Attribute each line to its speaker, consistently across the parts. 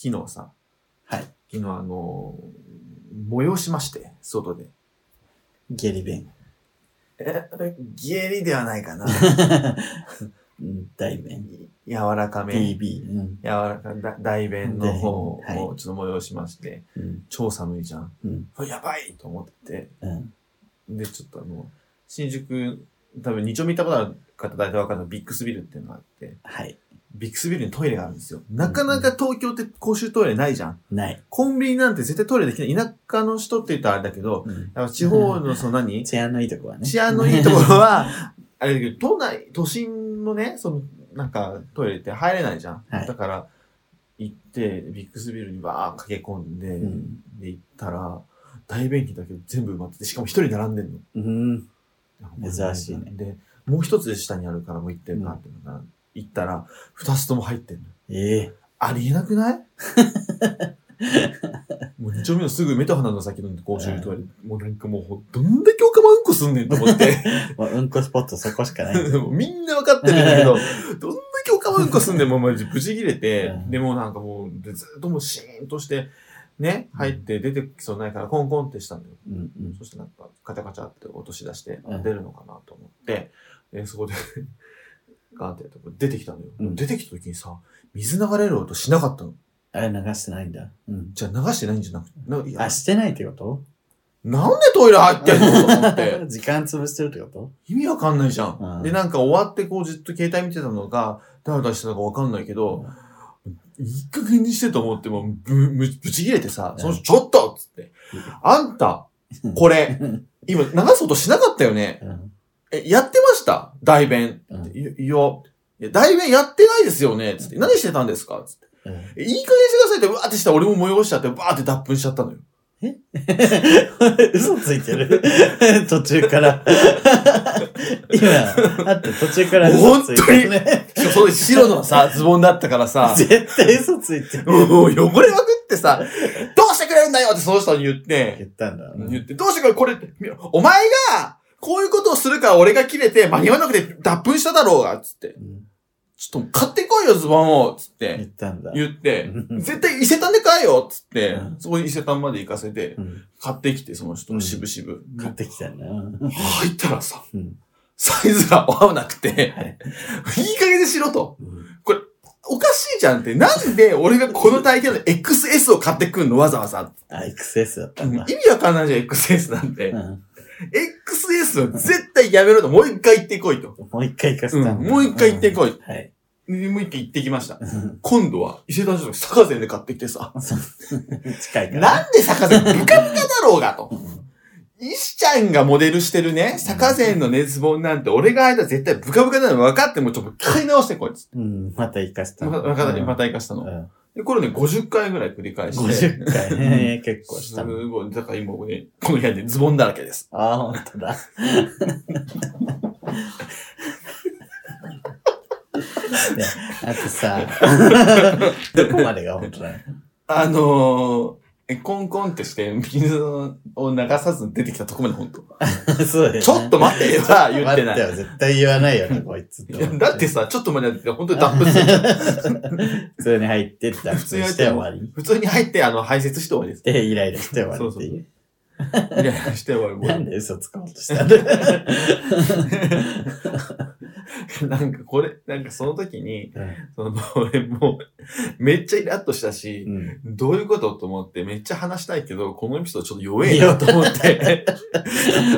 Speaker 1: 昨日さ、
Speaker 2: はい。
Speaker 1: 昨日あの、催しまして、外で。
Speaker 2: ゲリ弁。
Speaker 1: え、下痢ではない かな。
Speaker 2: うん大弁。
Speaker 1: 柔らかめ。
Speaker 2: BB。うん。
Speaker 1: 柔らか、だ大便の方を
Speaker 2: 大便は
Speaker 1: ちょっと催しまして、
Speaker 2: うん。
Speaker 1: 超寒いじゃん。
Speaker 2: うん。
Speaker 1: あやばいと思って、
Speaker 2: うん。
Speaker 1: で、ちょっとあの、新宿、多分二丁目行ったことある方大体わかるのビックスビルっていうのがあって、
Speaker 2: はい。
Speaker 1: ビックスビルにトイレがあるんですよ。なかなか東京って公衆トイレないじゃん。
Speaker 2: ない。
Speaker 1: コンビニなんて絶対トイレできない。田舎の人って言ったらあれだけど、
Speaker 2: うん。
Speaker 1: やっぱ地方のその何
Speaker 2: 治安のいいとこはね。
Speaker 1: 治安のいいところは、 あれだけど、都内、都心のね、その、なんか、トイレって入れないじゃん。
Speaker 2: はい
Speaker 1: だから、行って、ビックスビルにバー駆け込んで、
Speaker 2: うん。
Speaker 1: で、行ったら、大便器だけど全部埋まってて、しかも一人並んでんの。
Speaker 2: うん。珍しいね
Speaker 1: で、もう一つ下にあるからもう行ってんなっていうのが、行ったら、二つとも入ってんの。
Speaker 2: ええ。
Speaker 1: ありえなく ないもう二丁目のすぐ目と鼻の先の公衆トイレ、もうなんかもうほ、どんだけおかまうんこすんねんと思って。
Speaker 2: まあ、うんこスポットそこし かない。
Speaker 1: もうみんな分かってるんだけ ど、どんだけおかまうんこすんでも、もうブチ切れて
Speaker 2: う、ん
Speaker 1: でもうなんかもう、でずっともうシーンとして、ね、入って出てきそうないから、コンコンってしたんだよ。
Speaker 2: うんうん。
Speaker 1: そしてなんか、カチャカチャって落とし出して
Speaker 2: う、ん
Speaker 1: 出るのかなと思って、でそこで、 ガンってやって、出てきたのよ。
Speaker 2: うん
Speaker 1: 出てきた時にさ、水流れる音しなかったの。
Speaker 2: あれ流してないんだ。うん。
Speaker 1: じゃあ流してないんじゃなくて、ないや
Speaker 2: あ、してないってこと
Speaker 1: なんでトイレ入ってんのと思って。
Speaker 2: 時間潰してるってこと
Speaker 1: 意味わかんないじゃん。
Speaker 2: うん
Speaker 1: で、なんか終わってこうずっと携帯見てたのが、ダラダラしてたのかわかんないけど、いい加減にしてと思ってもう、ぶ、ぶ、ぶち切れてさ、
Speaker 2: うん
Speaker 1: その人、ちょっとっつって、あんた、これ、
Speaker 2: うん。
Speaker 1: 今流す音しなかったよね。
Speaker 2: うん
Speaker 1: え、やってました代弁。
Speaker 2: うん
Speaker 1: いや、いや、代弁やってないですよね。つって、何してたんですかつって。
Speaker 2: うん
Speaker 1: えいい加減してくださいって、わーってしたら俺も催しちゃって、わーって脱粉しちゃったのよ。
Speaker 2: 嘘ついてる途中から。今、あって途中から嘘ついてるね。
Speaker 1: しかもそれ白のさ、ズボンだったからさ、
Speaker 2: 絶対嘘ついてる。
Speaker 1: もう 汚れまくってさ、どうしてくれるんだよってその人に言って、
Speaker 2: 言ったんだ。うん
Speaker 1: 言って、どうしてくれるこれ、お前が、こういうことをするから俺が切れて、間に合わなくて脱粉しただろうが、つって。
Speaker 2: うん
Speaker 1: ちょっと買ってこいよ、ズボンを、つって
Speaker 2: 言。ったんだ。
Speaker 1: 言って
Speaker 2: う、ん
Speaker 1: 絶対伊勢丹で買えよ、つって
Speaker 2: う、ん
Speaker 1: そこに伊勢丹まで行かせて、
Speaker 2: うん
Speaker 1: 買ってきて、その人、渋々。
Speaker 2: 買ってきたんだ。うん
Speaker 1: 入ったらさ、
Speaker 2: うん
Speaker 1: サイズが合わなくて
Speaker 2: はい、
Speaker 1: いい加減でしろと。
Speaker 2: うん
Speaker 1: おかしいじゃんって。なんで俺がこの体型の XS を買ってくんのわざわざ。
Speaker 2: あ、XS だったんだ。
Speaker 1: 意味わかんないじゃん、XS なんて
Speaker 2: う。ん
Speaker 1: XS は絶対やめろと、もう一回行ってこいと。
Speaker 2: もう一回行かせたんだ
Speaker 1: うんもう一回行ってこい
Speaker 2: うんはい。
Speaker 1: もう一回行ってきました。
Speaker 2: うん
Speaker 1: 今度は、伊勢丹所属坂膳で買ってきてさ、
Speaker 2: 近いから。
Speaker 1: なんで坂膳ブカブカだろうがと
Speaker 2: う。ん
Speaker 1: 石ちゃんがモデルしてるね、坂膳のね、ズボンなんて、俺が履いたら絶対ブカブカなの分かっても、ちょっと買い直してこいっつって。
Speaker 2: うん、また行かせた。
Speaker 1: また、また行かした
Speaker 2: う
Speaker 1: の。
Speaker 2: ん。
Speaker 1: で、これね、50回ぐらい繰り返して。
Speaker 2: 50回ね、結構し
Speaker 1: す
Speaker 2: たの。
Speaker 1: ごい、だから今ね、この部屋でズボンだらけ です。
Speaker 2: ああ、ほんとだ。ねあとさ、 どこまでが本当だよ。
Speaker 1: あのー、えコンコンってして、水を流さずに出てきたとこまで本当。
Speaker 2: そうだよね
Speaker 1: ちょっと待ては言ってな
Speaker 2: 待
Speaker 1: い。
Speaker 2: よ絶対言わないよな、こいつ
Speaker 1: いやだってさ、ちょっと待って、本当に脱粉するじゃん。
Speaker 2: 普通に入ってった。
Speaker 1: 普
Speaker 2: 普
Speaker 1: 通
Speaker 2: 通
Speaker 1: に入
Speaker 2: に
Speaker 1: っ
Speaker 2: してて終わり。
Speaker 1: 普通に入って、あの、排泄して終わりです。
Speaker 2: で、イライラして終わりっていう。
Speaker 1: いや、して終わり。も
Speaker 2: なんで嘘つこうとしたんだ
Speaker 1: うなんかこれ、なんかその時に、その、俺もう、めっちゃイラッとしたし、
Speaker 2: うん
Speaker 1: どういうことと思って、めっちゃ話したいけど、このエピソードちょっと弱えなと思 って、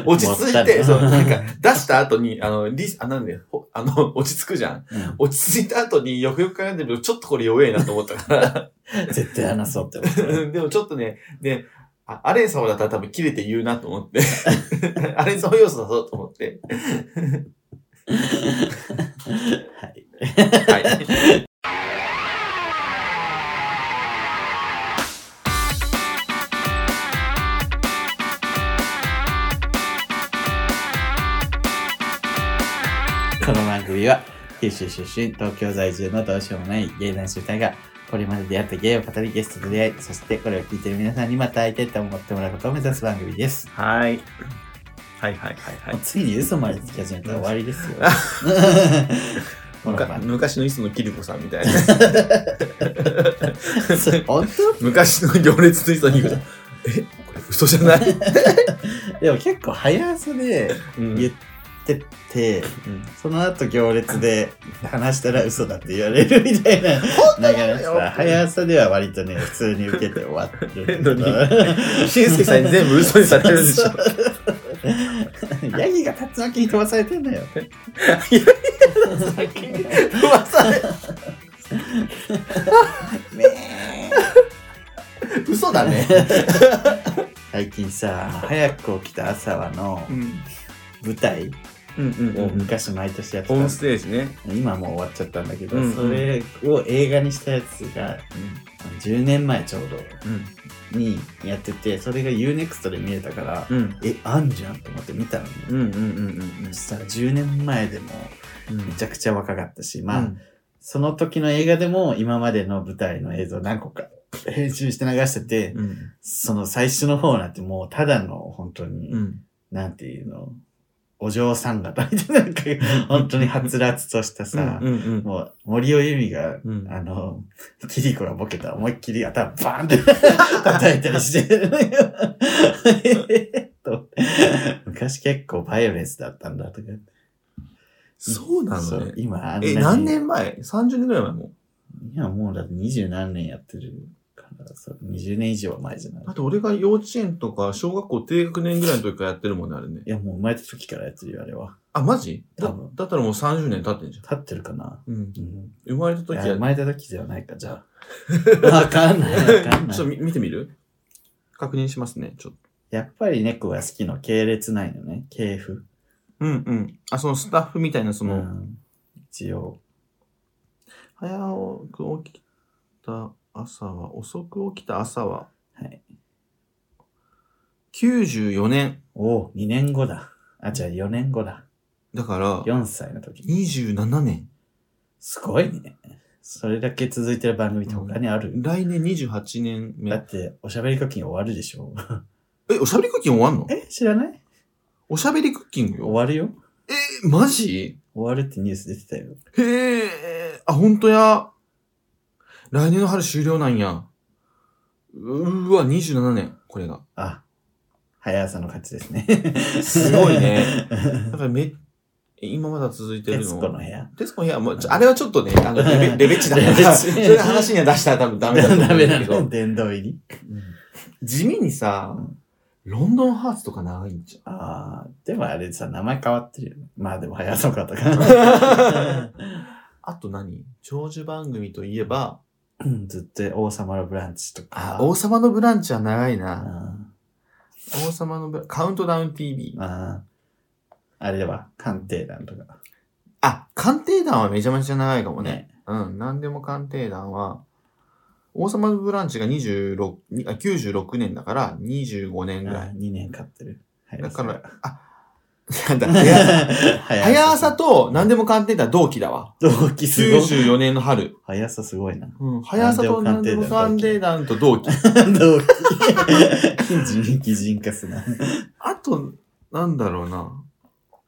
Speaker 1: 落ち着
Speaker 2: も
Speaker 1: い
Speaker 2: ったい
Speaker 1: て、
Speaker 2: ない
Speaker 1: そう、なんか、出した後に、あの、リス、あ、なんで、ほあの、落ち着くじゃん。
Speaker 2: うん
Speaker 1: 落ち着いた後によくよく考えてみると、ちょっとこれ弱えなと思った から。
Speaker 2: 絶対話そうって思った。
Speaker 1: でもちょっとね、で、あアレン様だったら多分切れて言うなと思って。 アレン様要素だぞと思って。
Speaker 2: はい。
Speaker 1: はい。
Speaker 2: この番組は、九州出身、東京在住のどうしようもない芸男子歌が、これまで出会った芸を語りゲストと出会い、そしてこれを聞いてる皆さんにまた会いたいと思ってもらうことを目指す番組です。
Speaker 1: はい。はいはいはいは
Speaker 2: もう。ついに嘘までつき始めたら終わりですよ。
Speaker 1: むか
Speaker 2: まあ
Speaker 1: 昔の磯野キリコさんみたいな。
Speaker 2: 本
Speaker 1: 昔の行列の磯野キリコさん。え、これ嘘じゃない
Speaker 2: 当でも結構早さで
Speaker 1: うん
Speaker 2: 言ってて、
Speaker 1: うん
Speaker 2: その後行列で話したら嘘だって言われるみたいな流れ
Speaker 1: よ
Speaker 2: さ早さでは割とね普通に受けて終わってる
Speaker 1: のに俊介さんに全部嘘にされるでしょ。
Speaker 2: ょ ヤギが竜巻に飛ばされてんのよ
Speaker 1: 噂で
Speaker 2: ねえ
Speaker 1: 嘘だね。
Speaker 2: 最近さ早く起きた朝はの
Speaker 1: うん。
Speaker 2: 舞台
Speaker 1: うんうん
Speaker 2: を
Speaker 1: うん。
Speaker 2: 昔毎年やってた
Speaker 1: オ
Speaker 2: の
Speaker 1: ンステージね。
Speaker 2: 今もう終わっちゃったんだけど、
Speaker 1: うんうん
Speaker 2: それを映画にしたやつが10年前ちょうど
Speaker 1: うん。
Speaker 2: にやっててそれが UNEXT で見えたから、
Speaker 1: うん。
Speaker 2: えあんじゃんと思って見たのね、
Speaker 1: うんうんうん
Speaker 2: そしたら10年前でも
Speaker 1: うんうん
Speaker 2: め。ちゃくちゃ若かったしまあ、
Speaker 1: うん
Speaker 2: その時の映画でも今までの舞台の映像何個か 編集して流してて、
Speaker 1: うん
Speaker 2: その最初の方なんてもうただの本当に、
Speaker 1: うん
Speaker 2: なんていうのお嬢さん方みたいななんか本当にはつらつとしたさ、
Speaker 1: うんうん
Speaker 2: もう森尾由美が、
Speaker 1: うん
Speaker 2: あのキリコがボケたら思いっきり頭バーンって 叩いたりしてるのよ えーっと昔結構バイオレンスだったんだとか
Speaker 1: そうな
Speaker 2: そ
Speaker 1: の
Speaker 2: う
Speaker 1: ね。
Speaker 2: 今あんなに
Speaker 1: え、何年前 ?30 年ぐらい前も。
Speaker 2: いや、もうだって二十何年やってるからさ、20年以上前じゃないう
Speaker 1: だって俺が幼稚園とか小学校低学年ぐらいの時からやってるもんね、あれね。
Speaker 2: いや、もう生まれた時からやってるよ、あれは。
Speaker 1: あ、マジだ
Speaker 2: 多分
Speaker 1: だったらもう30年経ってんじゃん。
Speaker 2: 立ってるかな
Speaker 1: うん
Speaker 2: う。ん。
Speaker 1: 生まれた
Speaker 2: い
Speaker 1: 時
Speaker 2: や
Speaker 1: は
Speaker 2: 生まれた時ではないか、じゃ あ。わかんない、わかんな
Speaker 1: ちょっと
Speaker 2: い。
Speaker 1: み見てみる確認しますね、ちょっと。
Speaker 2: やっぱり猫が好きの系列ないのね、系譜。
Speaker 1: うんうん。あ、そのスタッフみたいな、その、
Speaker 2: ん。一応。
Speaker 1: 早く起きた朝は、遅く起きた朝は、
Speaker 2: はい。
Speaker 1: 94年。
Speaker 2: お2年後だ。あ、じゃあ4年後だ。
Speaker 1: だから、
Speaker 2: 4歳の時。
Speaker 1: 27年。
Speaker 2: すごいね。それだけ続いてる番組って他にある、
Speaker 1: 来年28年目。
Speaker 2: だって、おしゃべり課金終わるでしょ
Speaker 1: え、おしゃべりクッキング終わんの
Speaker 2: え知らない
Speaker 1: おしゃべりクッキング
Speaker 2: 終
Speaker 1: よ。
Speaker 2: わるよ。
Speaker 1: え、マジ
Speaker 2: 終わるってニュース出てたよ。
Speaker 1: へえ、あ、ほんとや。来年の春終了なんや。うーわ、27年、これが。
Speaker 2: あ、早さの勝ちですね。
Speaker 1: すごい ね。だからめ、今まだ続いてるの。
Speaker 2: 徹子の部屋。
Speaker 1: 徹子の部屋もうちょあれはちょっとね、あの、レベ、レベチだか
Speaker 2: レベ
Speaker 1: ら、
Speaker 2: チ
Speaker 1: それ話には出したら多分ダメだと思
Speaker 2: ダ
Speaker 1: うん
Speaker 2: メ
Speaker 1: だ
Speaker 2: だ
Speaker 1: け
Speaker 2: け
Speaker 1: ど
Speaker 2: ど。、殿堂入り。
Speaker 1: 地味にさ
Speaker 2: う、
Speaker 1: ロンドンハーツとか長いんじ
Speaker 2: ああ、でもあれさ、名前変わってるよね。まあでも早さの方
Speaker 1: ゃ
Speaker 2: か
Speaker 1: ん。 あと何長寿番組といえば、
Speaker 2: うんずっと王様のブランチと
Speaker 1: あ、
Speaker 2: か。
Speaker 1: 王様のブランチは長い
Speaker 2: あ
Speaker 1: な。王様のブラン、カウントダウン TV
Speaker 2: ー。あー。あれは、鑑定団とか。
Speaker 1: あ、鑑定団はめちゃめちゃ長いかもね。。うん、なんでも鑑定団は、王様のブランチが26、にあ96年だから25年ぐらい。
Speaker 2: 2年買ってる。
Speaker 1: だ
Speaker 2: 早
Speaker 1: か
Speaker 2: さ
Speaker 1: ら、あ、なんだ、早朝 早朝
Speaker 2: さ。
Speaker 1: と何でも鑑定団同期だわ。
Speaker 2: 同期すごい。
Speaker 1: 94年の春。
Speaker 2: 早さすごいな。
Speaker 1: うん、早朝と何
Speaker 2: 何
Speaker 1: で
Speaker 2: で
Speaker 1: も
Speaker 2: も
Speaker 1: 鑑
Speaker 2: 鑑
Speaker 1: 定
Speaker 2: 定
Speaker 1: 団と同期。
Speaker 2: 同期。人気人化すな。
Speaker 1: あと、なんだろうな。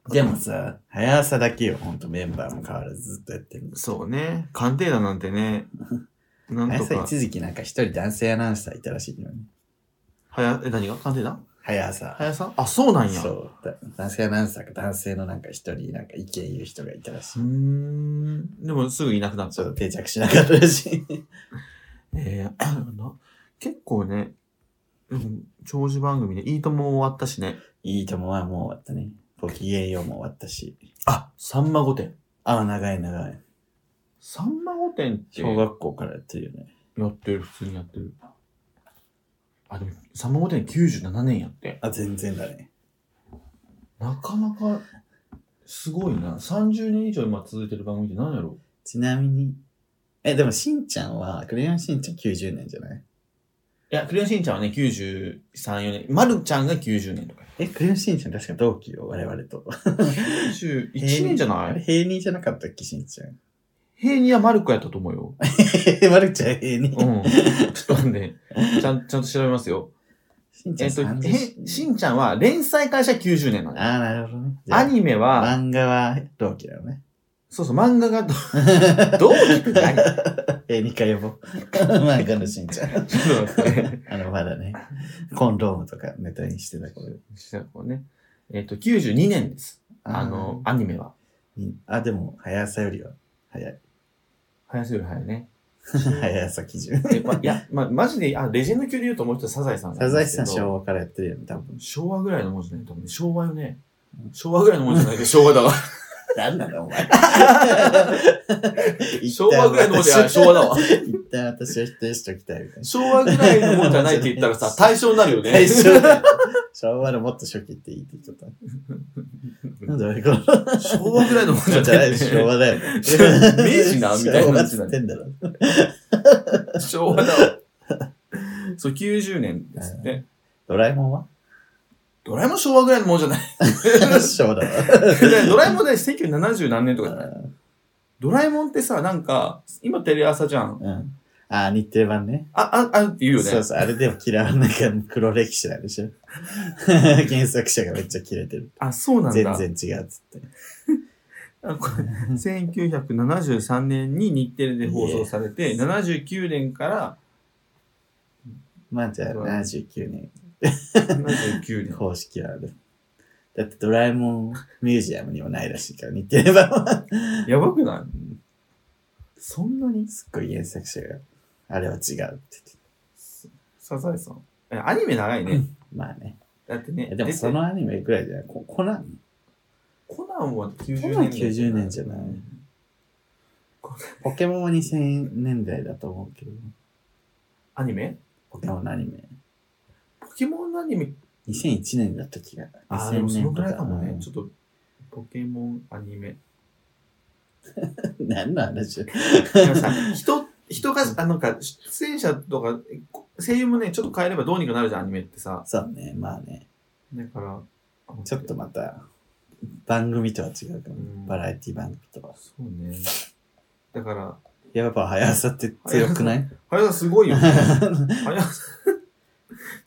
Speaker 2: でもさ、早朝だけよ、ほんとメンバーも変わらずずっとやってる。
Speaker 1: そうね。鑑定団なんてね、なん
Speaker 2: 早
Speaker 1: と
Speaker 2: 朝
Speaker 1: か。
Speaker 2: 一時期なんか一人男性アナウンサーいたらしいけどね。
Speaker 1: 早、え、何が鑑定団
Speaker 2: 早朝。
Speaker 1: 早さあ、そうなんや。
Speaker 2: そうう。だ男性アナウンサーか男性のなんか一人なんか意見言う人がいたらし
Speaker 1: ー
Speaker 2: い。
Speaker 1: ん。でもすぐいなくなっ
Speaker 2: ち
Speaker 1: ちゃ
Speaker 2: ょっ
Speaker 1: う
Speaker 2: と。定着しなかったらしい。
Speaker 1: えー、な結構ね、でも長寿番組で、いいとも終わったしね。
Speaker 2: いいともはもう終わったね。ごきげんようも終わったし。
Speaker 1: あ、さんま御殿。
Speaker 2: ああ、長い長い。
Speaker 1: さんま御殿って。
Speaker 2: 小学校からやってるよね。
Speaker 1: やってる、普通にやってる。あ、でも、サマーゴテン97年やって。
Speaker 2: あ、全然だね。
Speaker 1: なかなか、すごいな。30年以上今続いてる番組って何やろ
Speaker 2: ちなみに。え、でもしんちゃんは、クレヨンしんちゃん90年じゃない
Speaker 1: いや、クレヨンしんちゃんはね、93、4年。まるちゃんが90年とか。
Speaker 2: え、クレヨンしんちゃん確か同期よ、我々と。
Speaker 1: 91年じゃな
Speaker 2: あれ
Speaker 1: い
Speaker 2: 平人じゃなかったっけ、しんちゃん。
Speaker 1: 平にはマルコやったと思うよ。
Speaker 2: え、まるちゃん平
Speaker 1: う
Speaker 2: 人。
Speaker 1: ん。 ちょっと待って。ちゃん、ちゃんと調べますよ。
Speaker 2: しんちゃ
Speaker 1: え
Speaker 2: ん
Speaker 1: っと、
Speaker 2: 30
Speaker 1: へしんちゃんは連載開始は90年なの。
Speaker 2: ああ、なるほどね。じゃあ
Speaker 1: アニメは、
Speaker 2: 漫画は同期だよね。
Speaker 1: そうそう、漫画が ど同期って何
Speaker 2: え、二回呼ぼう。 漫画のしんちゃん。
Speaker 1: ちょっと待って。
Speaker 2: あの、まだね、コンドームとかネタにしてた頃。
Speaker 1: したらこうね。えっ、と、92年です。あの、アニメは。
Speaker 2: うん、あ、でも、速さよりは、早い。
Speaker 1: 早すぎる早いね。
Speaker 2: 速さ基準。
Speaker 1: えま、いや、ま、マジで、あ、レジェンド級で言うともう一つサザエさんな
Speaker 2: サ
Speaker 1: ん
Speaker 2: ザエ
Speaker 1: ですけ
Speaker 2: さ
Speaker 1: ど。
Speaker 2: ん昭和からやってるよね、多分。
Speaker 1: 昭和ぐらいのもんじゃない多分ね、昭和よね。昭和ぐらいのもんじゃないで昭和だわ。
Speaker 2: なんなの、 お前。
Speaker 1: 昭和ぐらいのもんじゃない昭和だわ。
Speaker 2: 一旦私を否定しときたいみたい な。
Speaker 1: 昭和ぐらいのもんじゃないって言ったら さ、対象になるよね。
Speaker 2: 大正だよ昭和のもっと初期って言ってちょっと。なんだ、俺この
Speaker 1: 昭和ぐらいのもんじゃ
Speaker 2: じゃ
Speaker 1: な、
Speaker 2: ないい
Speaker 1: ね、
Speaker 2: 昭和だよ。
Speaker 1: 明治なみたいな
Speaker 2: 昭和っ
Speaker 1: 話
Speaker 2: つ
Speaker 1: にな
Speaker 2: っ
Speaker 1: る
Speaker 2: てんだろ。
Speaker 1: 昭和だわ。そう、90年ですね。
Speaker 2: ドラえも んは
Speaker 1: ドラえもん昭和ぐらいのもんじゃ ない。
Speaker 2: 昭和だわ。
Speaker 1: ドラえもんだよ、1970何年とかじゃない。ドラえもんってさ、なんか、今テレ朝じゃん。
Speaker 2: うん。あー、日テレ版ね。
Speaker 1: あ、あ、あって言うよね。
Speaker 2: そうそう、あれでも嫌わなんか黒歴史なん でしょ原作者がめっちゃ切れてる。
Speaker 1: あ、そうなんだ。
Speaker 2: 全然違うっつって。
Speaker 1: あこれ1973年に日テレで放送されて、79年から
Speaker 2: まあじゃあ79年
Speaker 1: 79年。
Speaker 2: 公式はある。だってドラえもんミュージアムにもないらしいから、日テレ版は。
Speaker 1: やばくないそんなに
Speaker 2: すっごい原作者が、あれは違うって言って。
Speaker 1: サザエさん。えアニメ長いね。
Speaker 2: まあね。
Speaker 1: だってね、
Speaker 2: でもそのアニメぐらいじゃない。こコナン
Speaker 1: コナンは90
Speaker 2: コ
Speaker 1: 年
Speaker 2: ナン90年じゃない
Speaker 1: コナン
Speaker 2: ポケモンは2000年代だと思うけど、
Speaker 1: アニメ
Speaker 2: ポケモンのアニメ。
Speaker 1: ポケモンのアニメ
Speaker 2: 2001年だった気が。
Speaker 1: ああ、でもそのぐらいかも
Speaker 2: う
Speaker 1: ね
Speaker 2: ん。
Speaker 1: ちょっと、ポケモンアニメ。
Speaker 2: 何の話
Speaker 1: でもさ、 人、人が、あなんか、出演者とか、こ声優もね、ちょっと変えればどうにかなるじゃん、アニメってさ。
Speaker 2: そうね、まあね。
Speaker 1: だから、あ
Speaker 2: ちょっと。また、番組とは違うかも、
Speaker 1: うん
Speaker 2: バラエティ番組とは。
Speaker 1: そうね。だから、
Speaker 2: やっぱ速さって強くない
Speaker 1: 早田すごいよね。 早田、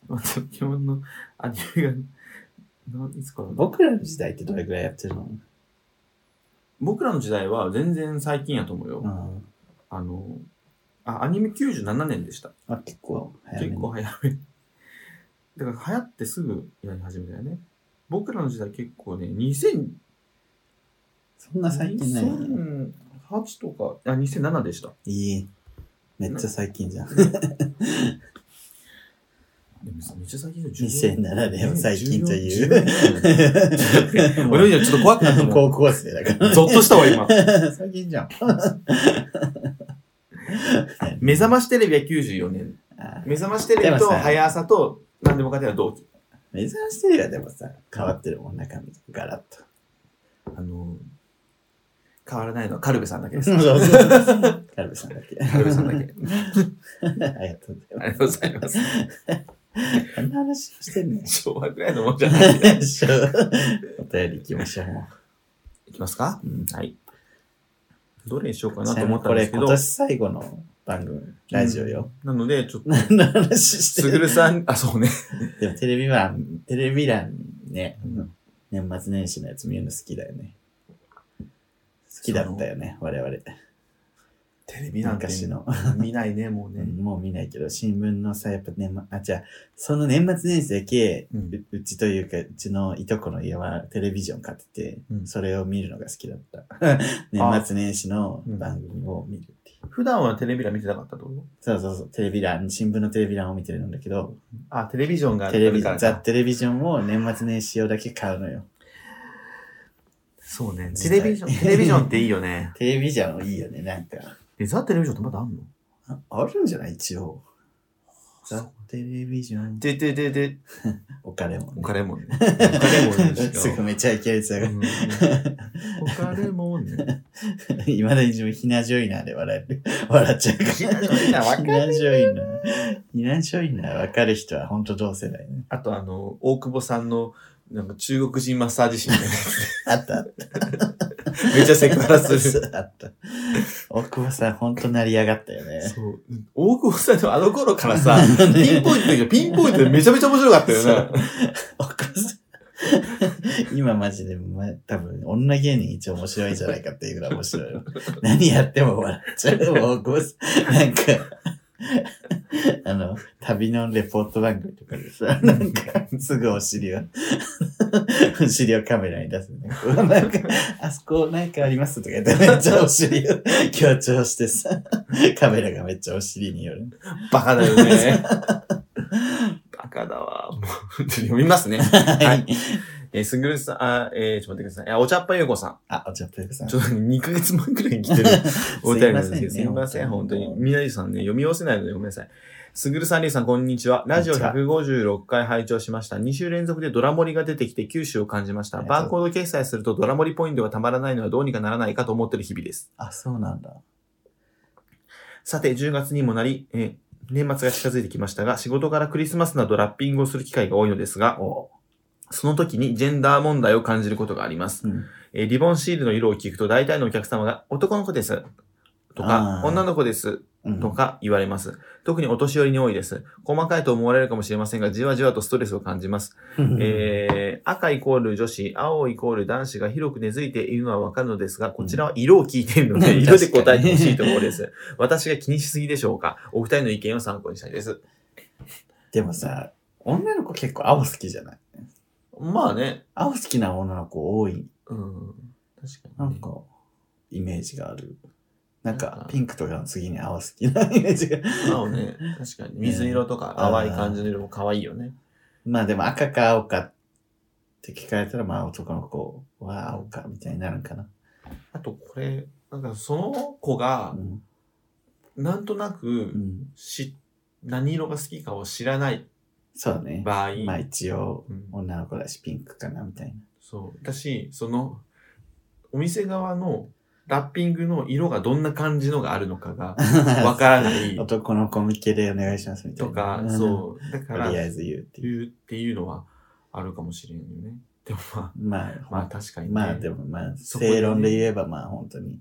Speaker 1: まあポケモンのアニメが、ないつからだ
Speaker 2: 僕らの時代ってどれぐらいやってるの
Speaker 1: 僕らの時代は全然最近やと思うよ。
Speaker 2: うん。
Speaker 1: あの、あ、アニメ97年でした。
Speaker 2: あ、結構早め
Speaker 1: 結
Speaker 2: に。
Speaker 1: 構早め。だから流行ってすぐやり始めたよね。僕らの時代結構ね、2000、
Speaker 2: そんな最近ないよね。
Speaker 1: 2008とか、あ、2007でした。
Speaker 2: いい。めっちゃ最近じゃん。
Speaker 1: でもさめっちゃ最近だよ
Speaker 2: 2007年は最近という
Speaker 1: う 俺今ちょっと怖くなったもん。
Speaker 2: 高校生だから。
Speaker 1: ゾッとしたわ、今。
Speaker 2: 最近じゃん。
Speaker 1: 目覚ましテレビは94年。
Speaker 2: あ
Speaker 1: 目覚ましテレビ
Speaker 2: で
Speaker 1: と
Speaker 2: もさ
Speaker 1: 早朝と何でもかんでも同期。
Speaker 2: 目覚ましテレビはでもさ、変わってるもん、中身。ガラッと。
Speaker 1: あの、変わらないのはカルベさんだけです。
Speaker 2: そうそう。カルベさんだっけ。
Speaker 1: カルベさんだけ。
Speaker 2: ありがとうござ
Speaker 1: あり
Speaker 2: い
Speaker 1: がとうございます。
Speaker 2: ます。あんな話してんねん。
Speaker 1: 昭和ぐらいのもんじゃない。
Speaker 2: お便り行きましょう。
Speaker 1: いきますか
Speaker 2: うん
Speaker 1: はい。どれにしようかなと思ったんですけ
Speaker 2: こ
Speaker 1: ど
Speaker 2: れ今、年最後の番組、ラジオよ。
Speaker 1: なので、ちょっと、
Speaker 2: 何の話して
Speaker 1: すぐ
Speaker 2: る
Speaker 1: るさ ん、あ、そうね。
Speaker 2: でもテレビ欄、テレビ欄ね、
Speaker 1: うん
Speaker 2: 年末年始のやつ見るの好きだよね。好きだったよね、我々。
Speaker 1: テレビなんて
Speaker 2: 昔の。
Speaker 1: 見ないね、もうね。
Speaker 2: もう見ないけど、新聞のさ、やっぱ年末、あ、じゃあ、その年末年始だけ、
Speaker 1: う
Speaker 2: うんうちというか、うちのいとこの家はテレビジョン買ってて、
Speaker 1: うん
Speaker 2: それを見るのが好きだ った。年末年始の番組を見るっていう。
Speaker 1: 普段はテレビ欄見てなかったってこと
Speaker 2: そうそうそう、テレビ欄、新聞のテレビ欄を見てるんだけど、
Speaker 1: あ、テレビジョンがあ
Speaker 2: テレ
Speaker 1: る
Speaker 2: ビ、
Speaker 1: から
Speaker 2: ザ・
Speaker 1: か。
Speaker 2: テレビジョンを年末年始用だけ買うのよ。
Speaker 1: そうね。テレビジョン、テレビジョンっていいよね。
Speaker 2: テレビジョンいいよね、なんか。
Speaker 1: え、ザ・テレビジョンってまだあんの
Speaker 2: ああるんじゃない一応。ザ・テレビジョン。
Speaker 1: で、で、で、で、
Speaker 2: お金も、
Speaker 1: お
Speaker 2: ね。
Speaker 1: 金もんね。お金もん です
Speaker 2: す
Speaker 1: よ
Speaker 2: ぐ。めちゃいけるやつだ
Speaker 1: う
Speaker 2: が
Speaker 1: んお金もん ね。
Speaker 2: いまだに自分、ひなジョイナーで笑える。 笑っちゃうから。
Speaker 1: ひなジョイナーわかる
Speaker 2: ひなジョイナー。ひなジョイナーわかる人はほんと同世代ね。
Speaker 1: あと、あの、大久保さんの、なんか中国人マッサージ師みたい なやつ
Speaker 2: あったあった。
Speaker 1: めっちゃセクハラする。
Speaker 2: あった。大久保さんほんと成り上がったよね。
Speaker 1: そう。大久保さんのあの 頃からさ、ピンポイントで、ピンポイントでめちゃめちゃ面白かったよ
Speaker 2: そう
Speaker 1: な。
Speaker 2: 大久保さん。今マジで、ま、多分、女芸人一応面白いんじゃないかっていうぐらい面白いよ。何やっても笑っちゃう。もうごす、なんか、あの、旅のレポート番組とかでさ、なんか、すぐお尻を、お尻をカメラに出す、ね。こうなんか、あそこなんかありますとか言って、めっちゃお尻を強調してさ、カメラがめっちゃお尻による。
Speaker 1: バカだよ ね。バカだわ。もう読みますね。。
Speaker 2: はい
Speaker 1: えー、すぐるさん、あ、えー、ちょっと待ってください。あ、お茶っぱゆうこさん。
Speaker 2: あ、お茶っぽいさん
Speaker 1: ちょ。っと2ヶ月前くらいに来てるお便り なんですけど、す
Speaker 2: す
Speaker 1: い
Speaker 2: い
Speaker 1: ま
Speaker 2: ま
Speaker 1: せ
Speaker 2: せ
Speaker 1: ん、
Speaker 2: ん
Speaker 1: 本
Speaker 2: 本
Speaker 1: 当
Speaker 2: 当に
Speaker 1: に。みなりさんね、読み寄せないのでごめんなさい。すぐるさん、りゅうさん、こんにちは。ラジオ
Speaker 2: こんにち
Speaker 1: 156回拝聴しました。2週連続でドラ盛りが出てきて九州を感じました。
Speaker 2: ありがと
Speaker 1: バー
Speaker 2: う
Speaker 1: コード決済するとドラ盛りポイントがたまらないのはどうにかならないかと思ってる日々です。
Speaker 2: あ、そうなんだ。
Speaker 1: さて、10月にもなり、えー年末が近づいてきましたが、仕事からクリスマスなどラッピングをする機会が多いのですが、
Speaker 2: お
Speaker 1: その時にジェンダー問題を感じることがあります。
Speaker 2: うん。
Speaker 1: えーリボンシールの色を聞くと大体のお客様が男の子ですとか
Speaker 2: あー
Speaker 1: 女の子です
Speaker 2: うん
Speaker 1: とか言われます。特にお年寄りに多いです。細かいと思われるかもしれませんが、じわじわとストレスを感じます。えー赤イコール女子、青イコール男子が広く根付いているのはわかるのですが、こちらは色を聞いているので、
Speaker 2: うん
Speaker 1: 色で答えてほしいところです。私が気にしすぎでしょうかお二人の意見を参考にしたいです。
Speaker 2: でもさ、女の子結構青好きじゃない
Speaker 1: まあね。
Speaker 2: 青好きな女の子多い、
Speaker 1: うん。確かに、
Speaker 2: なんか、イメージがある。なん
Speaker 1: なん
Speaker 2: か
Speaker 1: か、
Speaker 2: ピンクとかの次に青好きなイメージが。
Speaker 1: 青ね。確かに。水色とか淡い感じの色も可愛いよね。
Speaker 2: まあでも赤か青かって聞かれたら、まあ男の子は青かみたいになるんかな。
Speaker 1: あとこれ、なんかその子が
Speaker 2: う、ん。
Speaker 1: なんとな
Speaker 2: う
Speaker 1: く、
Speaker 2: ん、
Speaker 1: し、何色が好きかを知らない
Speaker 2: そうだね。
Speaker 1: 場合、
Speaker 2: まあ一応
Speaker 1: う、ん
Speaker 2: 女の子だしピンクかなみたいな。
Speaker 1: そう。私、その、お店側のラッピングの色がどんな感じのがあるのか がわからない
Speaker 2: 男の子向けでお願いしますみたい
Speaker 1: と
Speaker 2: な。
Speaker 1: か、
Speaker 2: ん
Speaker 1: そう。だ
Speaker 2: と
Speaker 1: から、
Speaker 2: りあ
Speaker 1: 言
Speaker 2: えず言うっていう。
Speaker 1: うっていうのはあるかもしれんよね。でもま
Speaker 2: まあ、
Speaker 1: あ、まあ確かにね。
Speaker 2: まあでもまあ、
Speaker 1: そこでね
Speaker 2: 正論で言えばまあ本当に、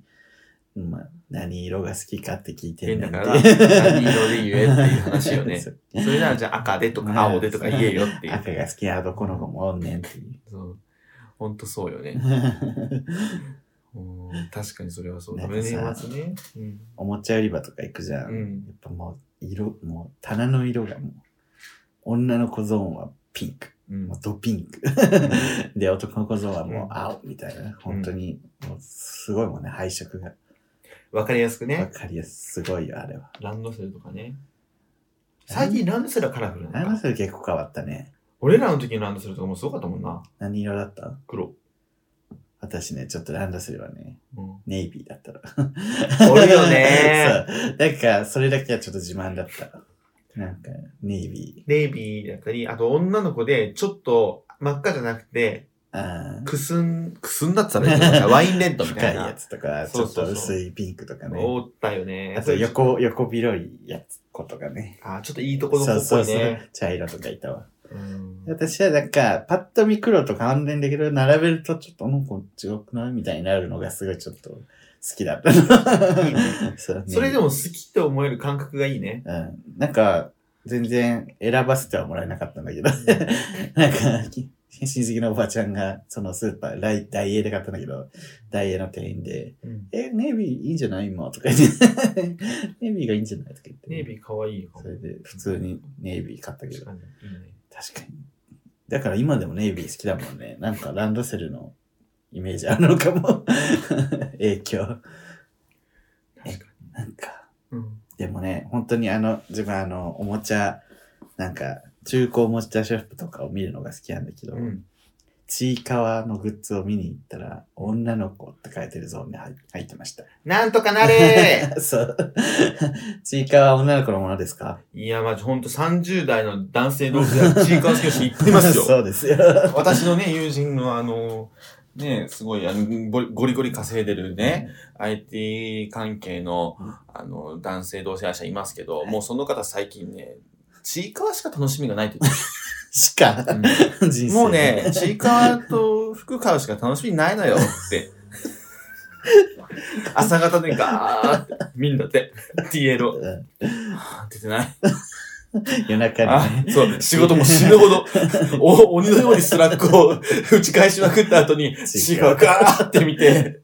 Speaker 2: まあ何色が好きかって聞いて
Speaker 1: 変
Speaker 2: んね
Speaker 1: だ
Speaker 2: ん
Speaker 1: か
Speaker 2: っ
Speaker 1: ら、何
Speaker 2: て
Speaker 1: 色で言えっていう話よね。
Speaker 2: そう
Speaker 1: それならじゃあ赤でと か青でとか言えよっていう。
Speaker 2: 赤が好きな男の子もおんねんっていう。
Speaker 1: そう。ほんとそうよね。うん確かにそれはそうだ。
Speaker 2: なんかさ
Speaker 1: 年末ね。うん。
Speaker 2: おもちゃ売り場とか行くじゃん。
Speaker 1: う
Speaker 2: や
Speaker 1: ん
Speaker 2: っぱもう色、もう棚の色がもう、女の子ゾーンはピンク。
Speaker 1: うん
Speaker 2: もうドピンク。で、男の子ゾーンはもう青みたいな。本当に、もうすごいもんね、配色が。
Speaker 1: わかりやすく
Speaker 2: わ
Speaker 1: ね。
Speaker 2: かりやすい。すごいよ、あれは。
Speaker 1: ランドセルとかね。最近ランドセルはカラフル
Speaker 2: あ
Speaker 1: な
Speaker 2: の
Speaker 1: のか。
Speaker 2: 人結構変わったね。
Speaker 1: 俺らの時のランドセルとかもすごかったもんな。
Speaker 2: 何色だった
Speaker 1: 黒。
Speaker 2: 私ね、ちょっとランドセルはね、
Speaker 1: うん。
Speaker 2: ネイビーだったら。
Speaker 1: おるよね
Speaker 2: そう。なんか、それだけはちょっと自慢だった。なんか、ネイビ
Speaker 1: ネイビーだったり、あと女の子でちょっと真っ赤じゃなくて、
Speaker 2: ー。あ
Speaker 1: くすん、くすんだって言ったらいい のかワインレッ
Speaker 2: あ、
Speaker 1: ドみた
Speaker 2: 深
Speaker 1: い
Speaker 2: いや
Speaker 1: な。
Speaker 2: つとか、ち
Speaker 1: そう
Speaker 2: ょっ
Speaker 1: そう
Speaker 2: と
Speaker 1: そう
Speaker 2: 薄いピンクとかね。
Speaker 1: おったよね。
Speaker 2: あと、横、横広いやつ、子とかね。
Speaker 1: あ、ちょっといいとこの
Speaker 2: そ
Speaker 1: 子
Speaker 2: う
Speaker 1: っぽ
Speaker 2: そう
Speaker 1: い
Speaker 2: そう
Speaker 1: ね。。
Speaker 2: 茶色とかいたわ。
Speaker 1: うん
Speaker 2: 私はなんか、パッと見黒と関連だけど、並べるとちょっと、この子違くないみたいになるのがすごいちょっと好きだった。 そう
Speaker 1: それでも好きって思える感覚がいいね。
Speaker 2: うんなんか、全然選ばせてはもらえなかったんだけど、 なんか、き親戚のおばちゃんが、そのスーパー、ダイダイエーで買ったんだけど、ダイエーの店員で、
Speaker 1: うん
Speaker 2: え、ネイビーいいんじゃない今とか言って、 ネイビーがいいんじゃないとか言って。
Speaker 1: ネイビーかわいいよ。
Speaker 2: それで、普通にネイビー買ったけ
Speaker 1: 確
Speaker 2: ど、
Speaker 1: かに。いいね。
Speaker 2: 確かに。だから今でもネイビー好きだもんね。なんかランドセルのイメージあるのかも。 影響。
Speaker 1: 確か
Speaker 2: なんか。
Speaker 1: に。うん。
Speaker 2: でもね、本当にあの、自分あの、おもちゃ、なんか、中古おもちゃショップとかを見るのが好きなんだけど、
Speaker 1: うん。
Speaker 2: ちいかわのグッズを見に行ったら、女の子って書いてるゾーンに入入ってました。
Speaker 1: なんとかなれ
Speaker 2: そう。ちいかわは女の子のものですか
Speaker 1: いや、まじ、ほんと30代の男性同士でチーカース教師行ってます よ。
Speaker 2: そうですよ。
Speaker 1: 私のね、友人のあの、ね、すごい、あの、ゴリゴリゴリ稼いでるね、IT 関係の
Speaker 2: うん、
Speaker 1: あの、男性同性愛者いますけど、もうその方最近ね、チーカーしか楽しみがないって言って
Speaker 2: しか、
Speaker 1: たうん
Speaker 2: 人生。
Speaker 1: もうね、ちいかわと服買うしか楽しみないのよ って。朝方でガーって見んだって。ティエロ。
Speaker 2: うん、
Speaker 1: 出てない。
Speaker 2: 夜中
Speaker 1: あ
Speaker 2: にね。
Speaker 1: そう、仕事も死ぬほ ど、お鬼のようにスラックを 打ち返しまくった後に、シーがガーって見 て、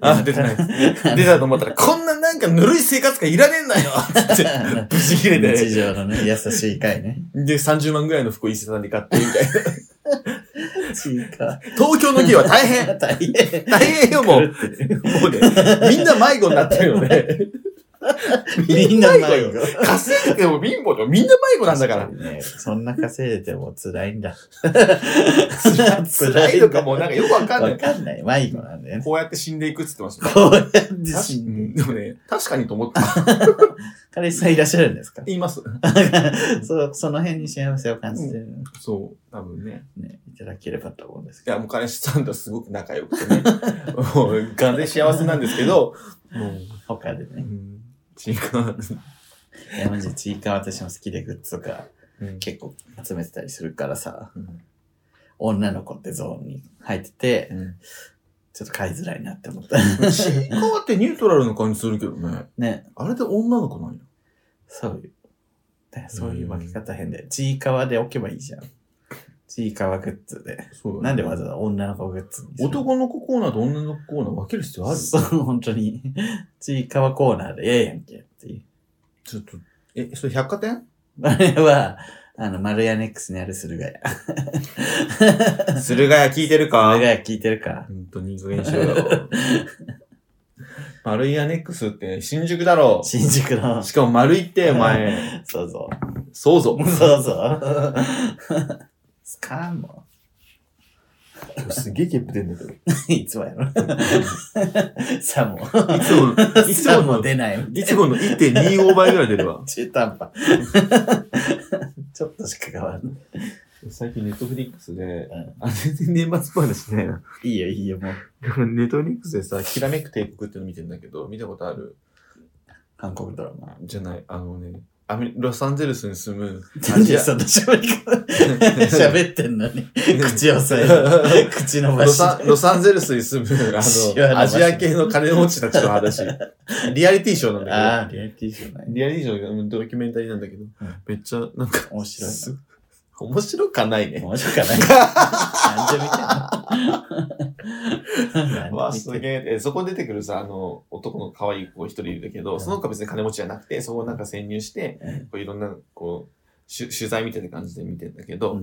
Speaker 1: あ、出てない。出たと思ったら、こんななんかぬるい生活感いらねえんだよ つって、ブチ切れ
Speaker 2: 日
Speaker 1: て、
Speaker 2: 常のね、優しい回ね。
Speaker 1: で、30万ぐらいの服を伊勢さんで買って、みたいな。
Speaker 2: ちい か。
Speaker 1: 東京の家は大変
Speaker 2: 大変。
Speaker 1: 大変よ、もう。もうね、みんな迷子になってるよね。
Speaker 2: みんな迷子。
Speaker 1: 稼いでても貧乏でもみんな迷子なんだから。
Speaker 2: ね。そんな稼いでても辛いんだ。
Speaker 1: 辛い辛いとかもうなんかよくわかんな
Speaker 2: わ
Speaker 1: い。
Speaker 2: かんない。迷子なんだよね。
Speaker 1: こうやって死んでいくって言ってました。
Speaker 2: こうやって
Speaker 1: 確
Speaker 2: 死ん
Speaker 1: で
Speaker 2: で。
Speaker 1: もね、確かにと思った。
Speaker 2: 彼氏さんいらっしゃるんですか
Speaker 1: 言います。
Speaker 2: そう、その辺に幸せを感じてるの
Speaker 1: そう、多分ね。
Speaker 2: ね、いただければと思うんです
Speaker 1: い
Speaker 2: け
Speaker 1: や、
Speaker 2: ど。
Speaker 1: もう彼氏さんとはすごく仲良くてね。もう、完全に幸せなんですけど、もう、
Speaker 2: 他で
Speaker 1: う
Speaker 2: ね。
Speaker 1: ん、違う。
Speaker 2: いや、マジでちいかわ私も好きでグッズとか
Speaker 1: うん
Speaker 2: 結構集めてたりするからさ、
Speaker 1: うん
Speaker 2: 女の子ってゾーンに入ってて、ちょっと買いづらいなって思 った。
Speaker 1: ちいかわってニュートラルな感じするけどね。
Speaker 2: ね、
Speaker 1: あれで女の子なんや。
Speaker 2: そういう、ねそういう分け方変で、ちいかわで置けばいいじゃん。ちいかわグッズで。
Speaker 1: そうだ
Speaker 2: なん
Speaker 1: ね
Speaker 2: でわざわざ女の子グッズにする
Speaker 1: 男の子コーナーと女の子コーナー分ける必要ある
Speaker 2: そう、本当に。ちいかわコーナーでええやんけっていう。
Speaker 1: ちょっと、え、それ百貨 店
Speaker 2: あれは、あの、丸屋ネックスにある駿河屋。
Speaker 1: 駿河屋聞いてるか
Speaker 2: 駿河屋聞いてるか
Speaker 1: 本当にいい加減にしろ よ。丸いアネックスって新宿だろ
Speaker 2: 新宿の。
Speaker 1: しかも丸いって、お前。
Speaker 2: そうそ
Speaker 1: そうぞ。
Speaker 2: う。そうそう。スカーンも。
Speaker 1: すげえゲップ出んだけど。
Speaker 2: いつもやろ。さも。
Speaker 1: いつも の、いつ
Speaker 2: さ
Speaker 1: も
Speaker 2: も
Speaker 1: の、
Speaker 2: 出ない。
Speaker 1: いつもの1.25倍ぐらい出るわ。
Speaker 2: 中途半端。ちょっとしか変わんない。
Speaker 1: 最近ネットフリックスで
Speaker 2: うん、
Speaker 1: あ、全然年末話してないな。
Speaker 2: いいよ、いいよ、もう。
Speaker 1: でもネットフリックスでさ、きらめく帝国っていうの見てんだけど、見たことある
Speaker 2: 韓国ドラマ。
Speaker 1: じゃない、あのね、アメリロサンゼルスに住むア
Speaker 2: なん
Speaker 1: ジ
Speaker 2: で
Speaker 1: ア、
Speaker 2: そんな喋り方 喋ってんのに。口を押さえる。口伸ば
Speaker 1: ロ
Speaker 2: し
Speaker 1: サンロサンゼルスに住む、あ
Speaker 2: シワの
Speaker 1: の、
Speaker 2: 場所
Speaker 1: アジア系の金持ちたちの話。リアリティショーなん
Speaker 2: て。
Speaker 1: だ
Speaker 2: ああ、リアリティじゃな
Speaker 1: けど。
Speaker 2: い。
Speaker 1: リアリティショーがドキュメンタリーなんだけど、めっちゃ、なんか、
Speaker 2: 面白いな。
Speaker 1: す面白かないね。
Speaker 2: 面白くはない。なんで見てんの
Speaker 1: わあ、
Speaker 2: なんです見てんの
Speaker 1: げえ。えそこに出てくるさ、あの、男の可愛い子一人いるんだけど、
Speaker 2: うん
Speaker 1: その子は別に金持ちじゃなくて、そこをなんか潜入して、
Speaker 2: うん
Speaker 1: こういろんな、こう、しゅ取材みたいな感じで見てんだけど、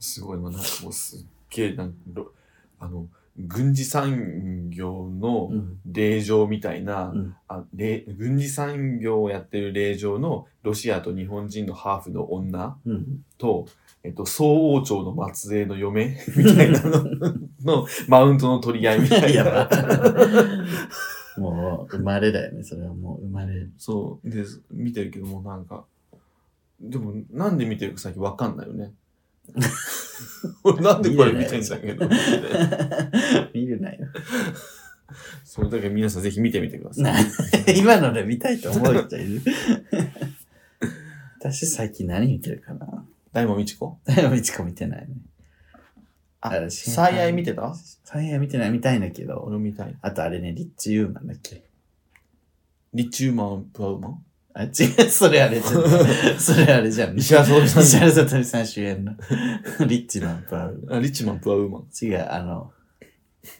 Speaker 1: すごい、もうなんかもうすっげえ、なんかろ、あの、軍事産業の
Speaker 2: うん
Speaker 1: 令嬢みたいな、
Speaker 2: うん
Speaker 1: あれ軍事産業をやってる令嬢のロシアと日本人のハーフの女
Speaker 2: うん
Speaker 1: と、えっと、総王朝の末裔の嫁 みたいなののマウントの取り合いみたい
Speaker 2: いや
Speaker 1: な
Speaker 2: ば。 もう、生まれだよね。それはもう生まれ。
Speaker 1: そうで見てるけどもうなんかでもなんで見てるか最近わかんないよね俺なんでこれ見てんだけど
Speaker 2: 見るなよ。
Speaker 1: そうだから皆さんぜひ見てみてください
Speaker 2: な今ので見たいと思う人いる。 私最近何見てるか な
Speaker 1: 大門みちこ
Speaker 2: 誰もいちこ見てないね。
Speaker 1: あ
Speaker 2: あれ
Speaker 1: 最愛見てた
Speaker 2: 最愛見てない、見たいんだけど。
Speaker 1: 俺見たい
Speaker 2: あとあれね、リッチユーマンだっけ
Speaker 1: リッチウーマンプアウーマン
Speaker 2: あ、違う、それあれじゃ ん。それあれじゃん。
Speaker 1: 石原さとみさん
Speaker 2: 石原さとみさん主演の。 リッチマンプアウ
Speaker 1: あリッチマンプアウーマン
Speaker 2: 違う、あの、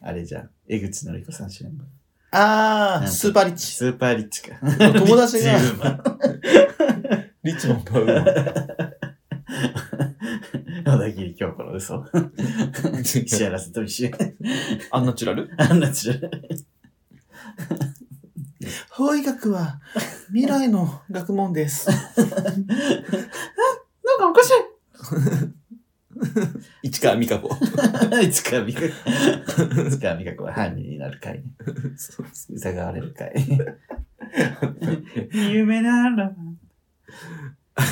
Speaker 2: あれじゃん。江口のりこさん主演の。
Speaker 1: あ
Speaker 2: ースー
Speaker 1: パーリッ
Speaker 2: スーパーリッチか。
Speaker 1: 友達が
Speaker 2: リッチウーマン
Speaker 1: リッチマンプアウーマン
Speaker 2: 小田切京子の嘘。石原さとみ主演。
Speaker 1: アンナチュラル
Speaker 2: あんなちゅる。
Speaker 1: 法医学は未来の学問です。
Speaker 2: なんかおかし
Speaker 1: 市川美香子。
Speaker 2: い。いつか美香子。いつか美香子は犯人になるかい。疑われるかい。 夢なんだ。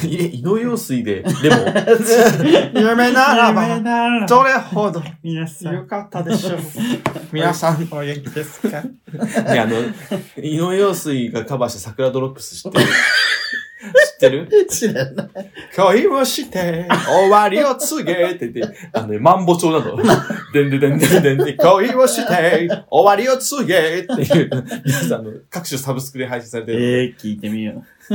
Speaker 1: え、井上陽水で、 でも、夢なら
Speaker 2: 夢
Speaker 1: ば、
Speaker 2: ならば。
Speaker 1: どれほど
Speaker 2: 皆さん
Speaker 1: 良。かったでしょう。皆さん。
Speaker 2: お元気ですか
Speaker 1: ね、あの、井上陽水がカバーした桜ドロップス知ってる知ってる
Speaker 2: 知らない。
Speaker 1: 恋をして、終わりを告げてって、あのね、マンボ調なの。でんでんでんでんでんで、恋をして、終わりを告げっていう、皆さん、あの、各種サブスクで配信されてる。
Speaker 2: ええ聞いてみよう。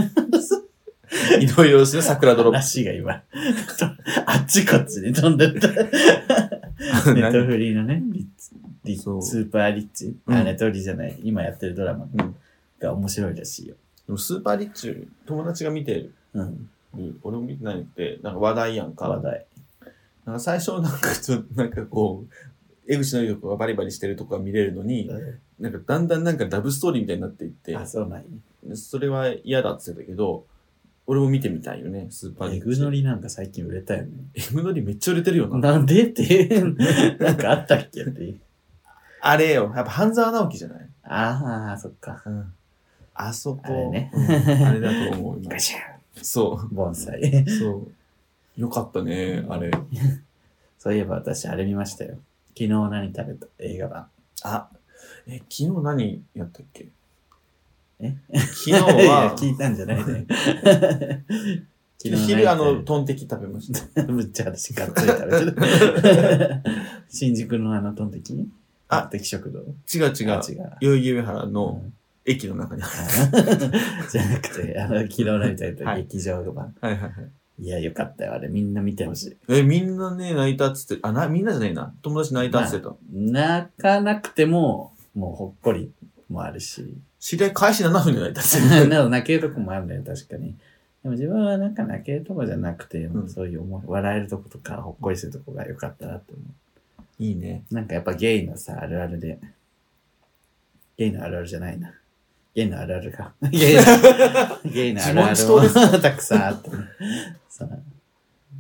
Speaker 1: いろいろですね、桜ドロッ
Speaker 2: 話が今、 あっちこっちに飛んでった。
Speaker 1: プ。
Speaker 2: ネット
Speaker 1: 何
Speaker 2: フリーのね、リッツリッ
Speaker 1: そう
Speaker 2: スーパーリッチ、
Speaker 1: う
Speaker 2: あ、
Speaker 1: ん
Speaker 2: ネットフリーじゃない、今やってるドラマ
Speaker 1: うん
Speaker 2: が面白いらしいよ。
Speaker 1: でもスーパーリッチ、友達が見てる。
Speaker 2: うん。
Speaker 1: 俺も見てないって、なんか話題やん
Speaker 2: 話
Speaker 1: か。
Speaker 2: 題。
Speaker 1: なんか最初なんかちょっと、なんかこう、江口のりとかがバリバリしてるとこが見れるのに、なんかだんだんなんかラブストーリーみたいになっていって
Speaker 2: あ、、そうなんや。
Speaker 1: それは嫌だって言ってたけど、俺も見てみたいよね、スーパー
Speaker 2: え
Speaker 1: リッ
Speaker 2: ぐ
Speaker 1: チ。
Speaker 2: のりなんか最近売れたよね。
Speaker 1: エグノリめっちゃ売れてるよな。
Speaker 2: なんでって、なんかあったっけって。
Speaker 1: あれよ、やっぱ半沢直樹じゃない
Speaker 2: ああ、そっか。
Speaker 1: うん。あそこ。
Speaker 2: あれね
Speaker 1: うんあれだと思 う。今
Speaker 2: ガシャ
Speaker 1: そ
Speaker 2: ン盆栽。
Speaker 1: う。そう。よかったね、あれ。
Speaker 2: そういえば私、あれ見ましたよ。昨日何食べた映画版。
Speaker 1: あ、え、昨日何やったっけ
Speaker 2: え
Speaker 1: 昨日
Speaker 2: いや
Speaker 1: は、
Speaker 2: 聞いたんじゃないね。昨何食べ
Speaker 1: 昼、
Speaker 2: た
Speaker 1: あの、トンテキ食べました。
Speaker 2: むっちゃ私がっつり食べてる。新宿のあのトンテキ
Speaker 1: あ
Speaker 2: トンテキ食堂
Speaker 1: 違う違う
Speaker 2: あ。違う。
Speaker 1: 代々木上原
Speaker 2: う
Speaker 1: の
Speaker 2: ん
Speaker 1: 駅の中にある。
Speaker 2: あじゃなくて、あの、昨日のみたいな
Speaker 1: はい
Speaker 2: 劇場版。
Speaker 1: はいはいはい。
Speaker 2: いや、よかったよ。あれ、みんな見てほしい。
Speaker 1: え、みんなね、泣いたっつって、あ、な、みんなじゃないな。友達泣いたっつってた。
Speaker 2: 泣かなくても、もうほっこりもあるし。
Speaker 1: 知り合い開始7分で 泣いたっつって。
Speaker 2: な泣けるとこもあるんだよ、確かに。でも自分はなんか泣けるとこじゃなくて、
Speaker 1: うん
Speaker 2: そういう思い、笑えるとことか、ほっこりするとこが良かったなって思
Speaker 1: いいね。
Speaker 2: う。なんかやっぱゲイのさ、あるあるで、ゲイのあるあるじゃないな。ゲイのあるあるか。ゲイの、ゲイのあるあ
Speaker 1: 自
Speaker 2: る
Speaker 1: 問自
Speaker 2: をたくさんあって、その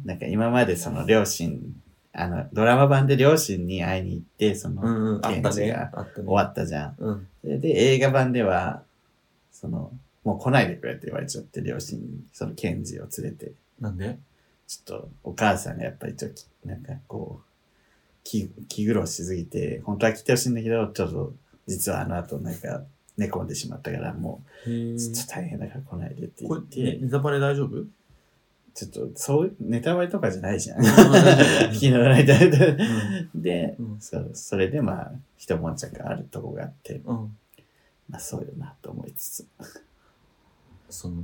Speaker 2: なんか今までその両親、あの、ドラマ版で両親に会いに行って、そうの、
Speaker 1: んうん。あった
Speaker 2: 現地
Speaker 1: ね。
Speaker 2: が
Speaker 1: あったね。
Speaker 2: 終わったじゃん。
Speaker 1: うん。
Speaker 2: それで映画版では、その、もう来ないでくれって言われちゃって、両親に、その、ケンジを連れて、
Speaker 1: なんで
Speaker 2: ちょっと、お母さんがやっぱりちょっと、なんかこう、気、気苦労しすぎて、本当は来てほしいんだけど、ちょっと、実はあの後、なんか、寝込んでしまったから、も
Speaker 1: へ
Speaker 2: う、ちょっ
Speaker 1: ー
Speaker 2: と大変だから来ないでって言
Speaker 1: こ
Speaker 2: っ
Speaker 1: れ、ね
Speaker 2: て、
Speaker 1: ネタバレ大 丈夫
Speaker 2: ちょっと、そう、ネタバレとかじゃないじゃん。
Speaker 1: う
Speaker 2: 昨
Speaker 1: ん
Speaker 2: 日ライターで、
Speaker 1: うん
Speaker 2: そうそれでまあ、一悶着あるとこがあって、
Speaker 1: うん。
Speaker 2: まあ、そうよな、と思いつつ。
Speaker 1: そ の、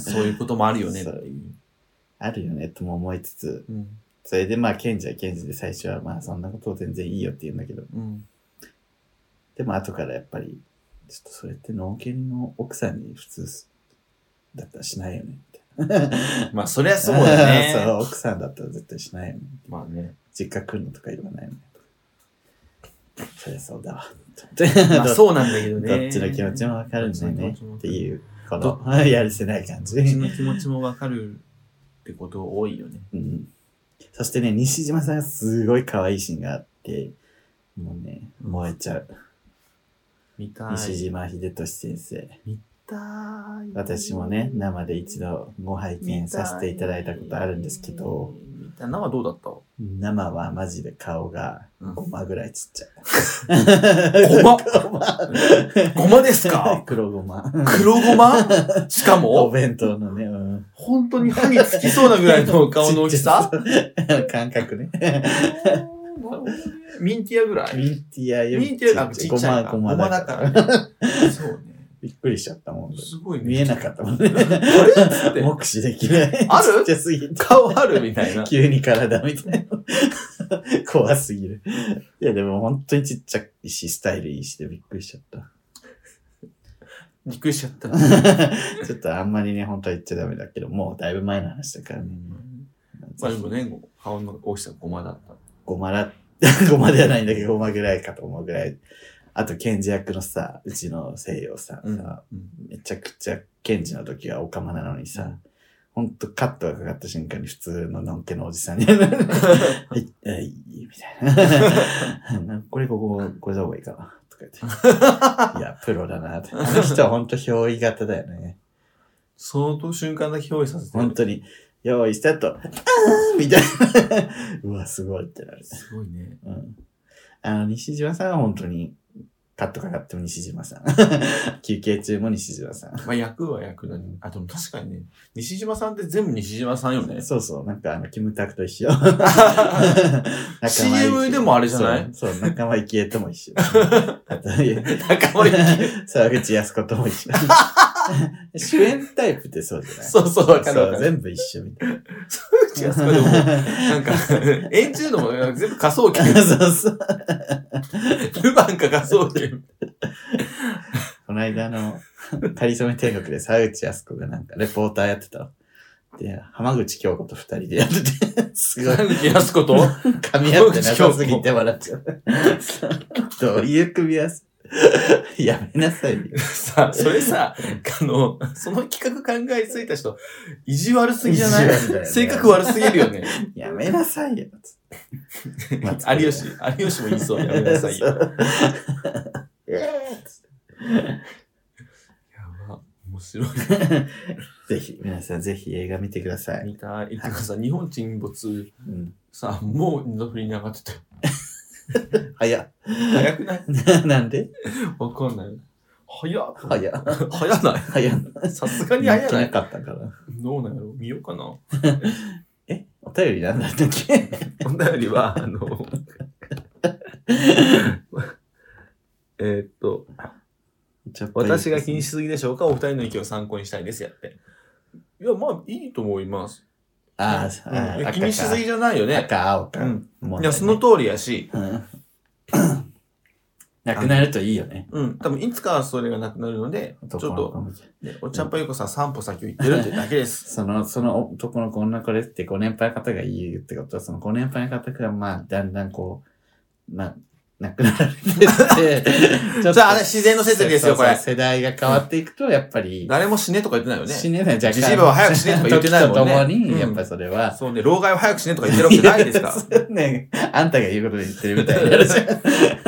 Speaker 1: そういうこともあるよねっていう。
Speaker 2: あるよねとも思いつつ、
Speaker 1: うん。
Speaker 2: それでまあ、ケンジはケンジで最初はまあ、そんなこと全然いいよって言うんだけど、
Speaker 1: うん。
Speaker 2: でも後からやっぱり、ちょっとそれって農研の奥さんに普通すだったらしないよね、みたいな。
Speaker 1: まあ、そりゃそうだね。
Speaker 2: そう、奥さんだったら絶対しないよね。
Speaker 1: まあ ね。
Speaker 2: 実家来るのとか言わないよね。そりゃそうだ わ。
Speaker 1: まあ、そうなんだけど
Speaker 2: ど
Speaker 1: ね。
Speaker 2: っちの気持ちもわかるんだよ
Speaker 1: どっちの気
Speaker 2: ね
Speaker 1: 持ちも。
Speaker 2: っていう、この、やるせない感じ
Speaker 1: ど。っちの気持ちもわかるってこと多いよね。
Speaker 2: うんそしてね、西島さんがすごい可愛いシーンがあって、もうね、燃えちゃう。
Speaker 1: 見たい。
Speaker 2: 西島秀俊先生。
Speaker 1: 見たい
Speaker 2: 私もね、生で一度ご拝見させていただいたことあるんですけど、。
Speaker 1: 見た生はどうだった
Speaker 2: 生はマジで顔が
Speaker 1: うん
Speaker 2: 5マぐらいちっちゃい。
Speaker 1: ごま
Speaker 2: ごま
Speaker 1: ごまです か
Speaker 2: 黒ごま。
Speaker 1: 黒ご ましか
Speaker 2: お
Speaker 1: も、
Speaker 2: 弁当のね、うん
Speaker 1: 本当に歯につきそうなぐらいの顔の大きさ
Speaker 2: ちっちゃい 感覚ね。
Speaker 1: ミンティアぐらい
Speaker 2: ミンティアよ
Speaker 1: ミン
Speaker 2: り
Speaker 1: ティアがちっ
Speaker 2: ちっ
Speaker 1: ちゃい
Speaker 2: ちゃい。
Speaker 1: な。
Speaker 2: ご
Speaker 1: ごま
Speaker 2: ま、ごま
Speaker 1: だ
Speaker 2: だ
Speaker 1: か
Speaker 2: から。
Speaker 1: ら。そうね。
Speaker 2: びっくりしちゃったもん。
Speaker 1: すごいね
Speaker 2: 見えなかったもんね。
Speaker 1: あれっつって。
Speaker 2: 目視できない。
Speaker 1: ある
Speaker 2: ちっちゃすぎて。
Speaker 1: 顔あるみたいな。
Speaker 2: 急に体みたい な。怖すぎる。いや、でも本当にちっちゃいし、スタイルいいしでびっくりしちゃった。
Speaker 1: びっくりしちゃった。
Speaker 2: ちょっとあんまりね、本当は言っちゃダメだけど、もうだいぶ前の話だからね。
Speaker 1: まあでもね、顔の大きさごまだった。
Speaker 2: ごまら、 ごまではないんだけど、ごまぐらいかと思うぐらい。あと、ケンジ役のさ、うちの西洋さんさ、
Speaker 1: うん
Speaker 2: めちゃくちゃ、ケンジの時はオカマなのにさ、ほんとカットがかかった瞬間に普通ののんけのお じさんに、はい、はい、みたいな。 これここ、これどうがいいかなとか言 って。いや、プロだなって。あの人はほんと憑依型だよね。
Speaker 1: その瞬間だけ表現させて
Speaker 2: ほんとに、用意したと、あーみたいな。 うわ、すごいってなる。
Speaker 1: すごいね。
Speaker 2: うん。あの、西島さんは本当に、カットかかっても西島さん。 休憩中も西島さん。
Speaker 1: まあ役は役だね。あ、でも確かにね、西島さんって全部西島さんよね。
Speaker 2: そうそう、なんかあの、キムタクと一緒。
Speaker 1: CM でもあれじゃない
Speaker 2: そう、そう仲間由 紀恵とも一緒。あと、
Speaker 1: 仲間由紀
Speaker 2: 沢口靖子とも一緒。主演タイプってそうじゃない
Speaker 1: そうそう、わかるわか
Speaker 2: そう
Speaker 1: る。
Speaker 2: 全部一緒みたい
Speaker 1: 違う、それでも、なんか、 円柱のものが全部仮想
Speaker 2: な。
Speaker 1: 研。
Speaker 2: そうそう。
Speaker 1: ルバンか仮想研。
Speaker 2: この間の、かりそめ天国で沢口靖子がなんかレポーターやってたの。で、浜口京子と二人でやってて、すごい
Speaker 1: な。んでやすこと
Speaker 2: 噛み合ってなさすぎて笑っちゃう。どういう組み合わせやめなさいよ。
Speaker 1: さ、それさ、あの、その企画考えついた人、意地悪すぎじゃな
Speaker 2: 意地
Speaker 1: い
Speaker 2: 悪だよね
Speaker 1: 性格悪すぎるよ ね。
Speaker 2: やめなさいよ。
Speaker 1: 有吉、有吉も言い そう、やめなさいよ。
Speaker 2: そ
Speaker 1: や
Speaker 2: う。えーっつっ
Speaker 1: ば、面白い。
Speaker 2: てぜひ、皆さんぜひ映画見てください。
Speaker 1: 見たい。てかさ、日本沈没
Speaker 2: うん。
Speaker 1: さ、もう二度振りに上がってたよ。
Speaker 2: 早っ。
Speaker 1: 早くない
Speaker 2: ななんで
Speaker 1: わかんない。早っ
Speaker 2: 早っ。
Speaker 1: 早ない
Speaker 2: 早っ。
Speaker 1: さすがに早
Speaker 2: 見
Speaker 1: な。
Speaker 2: ないかったから。
Speaker 1: どうなんやろ見ようかな。
Speaker 2: えお便りなんだったっけ
Speaker 1: お便りは、あの、 えーっと、
Speaker 2: ちょっと
Speaker 1: 私が気にしすぎでしょうかお二人の意見を参考にしたいですやって。いや、まあ、いいと思います。
Speaker 2: あー
Speaker 1: う
Speaker 2: あ
Speaker 1: んい
Speaker 2: ー、
Speaker 1: や
Speaker 2: 赤
Speaker 1: 気にしすぎ
Speaker 2: か
Speaker 1: じゃないよね。
Speaker 2: 赤、青か。
Speaker 1: うん
Speaker 2: もうね
Speaker 1: いや、その通りやし、
Speaker 2: うん。なくなるといいよね。
Speaker 1: うん、多分いつかはそれがなくなるので、ちょっ
Speaker 2: 男の子
Speaker 1: と、
Speaker 2: みたいな
Speaker 1: ねお茶っぱゆこさん散歩先を行ってるってだけです。
Speaker 2: その、その男の子、女の子ですってご年配の方が言うってことは、そのご年配の方から、まあ、だんだんこう、な、なくなられて って、ちょっ
Speaker 1: それあれ自然の摂理ですよ
Speaker 2: そうそう
Speaker 1: これ
Speaker 2: 世代が変わっていくと、やっぱり、
Speaker 1: 誰も死ねとか言ってないよね。
Speaker 2: 死ねない、若干。
Speaker 1: ジジイは早く死ねとか言ってないもんね
Speaker 2: 時とともに、
Speaker 1: うん
Speaker 2: やっぱりそれは、。
Speaker 1: そうね、老害を早く死ねとか言ってるわけじゃないですか
Speaker 2: そうね、あんたが言うことで言ってるみたいにな るじゃん。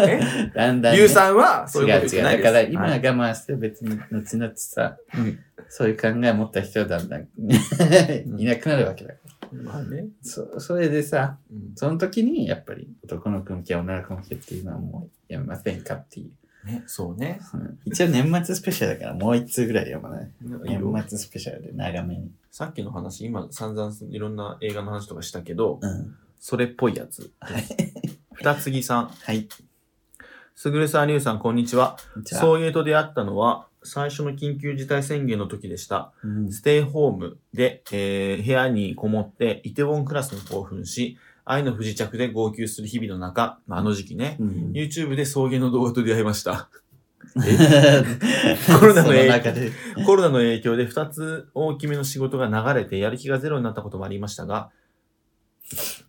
Speaker 1: え
Speaker 2: だんだん、ね。
Speaker 1: ゆうさんは、そうい
Speaker 2: 違
Speaker 1: う
Speaker 2: う
Speaker 1: こと
Speaker 2: 違
Speaker 1: 言
Speaker 2: う。
Speaker 1: ってないで
Speaker 2: だから
Speaker 1: す。
Speaker 2: 今
Speaker 1: はい
Speaker 2: 我慢して別に後々さ、
Speaker 1: うん
Speaker 2: そういう考え持った人はだんだんいなくなるわけだから。
Speaker 1: まあね。
Speaker 2: そそれでさ、
Speaker 1: うん
Speaker 2: その時にやっぱり男の子向け、女の子向けっていうのはもうやめませんかっていう。
Speaker 1: ね、そうね。
Speaker 2: うん一応年末スペシャルだからもう一通ぐらい読まない。
Speaker 1: いいよ
Speaker 2: 年末スペシャルで長めに。
Speaker 1: さっきの話、今散々いろんな映画の話とかしたけど、
Speaker 2: うん。
Speaker 1: それっぽいやつ。
Speaker 2: はい。
Speaker 1: 二つぎさん。
Speaker 2: はい。
Speaker 1: すぐるさん、りゅうさん、こんにちは。
Speaker 2: じゃあ、
Speaker 1: 送迎と出会ったのは、最初の緊急事態宣言の時でした。
Speaker 2: うん
Speaker 1: ステイホームで、えー部屋にこもって、イテウォンクラスに興奮し、愛の不時着で号泣する日々の中、まあ、あの時期ね、
Speaker 2: うん
Speaker 1: YouTube で送迎の動画と出会いました。
Speaker 2: コ
Speaker 1: コロナの影響
Speaker 2: 中で。
Speaker 1: コロナの影響で2つ大きめの仕事が流れてやる気がゼロになったこともありましたが、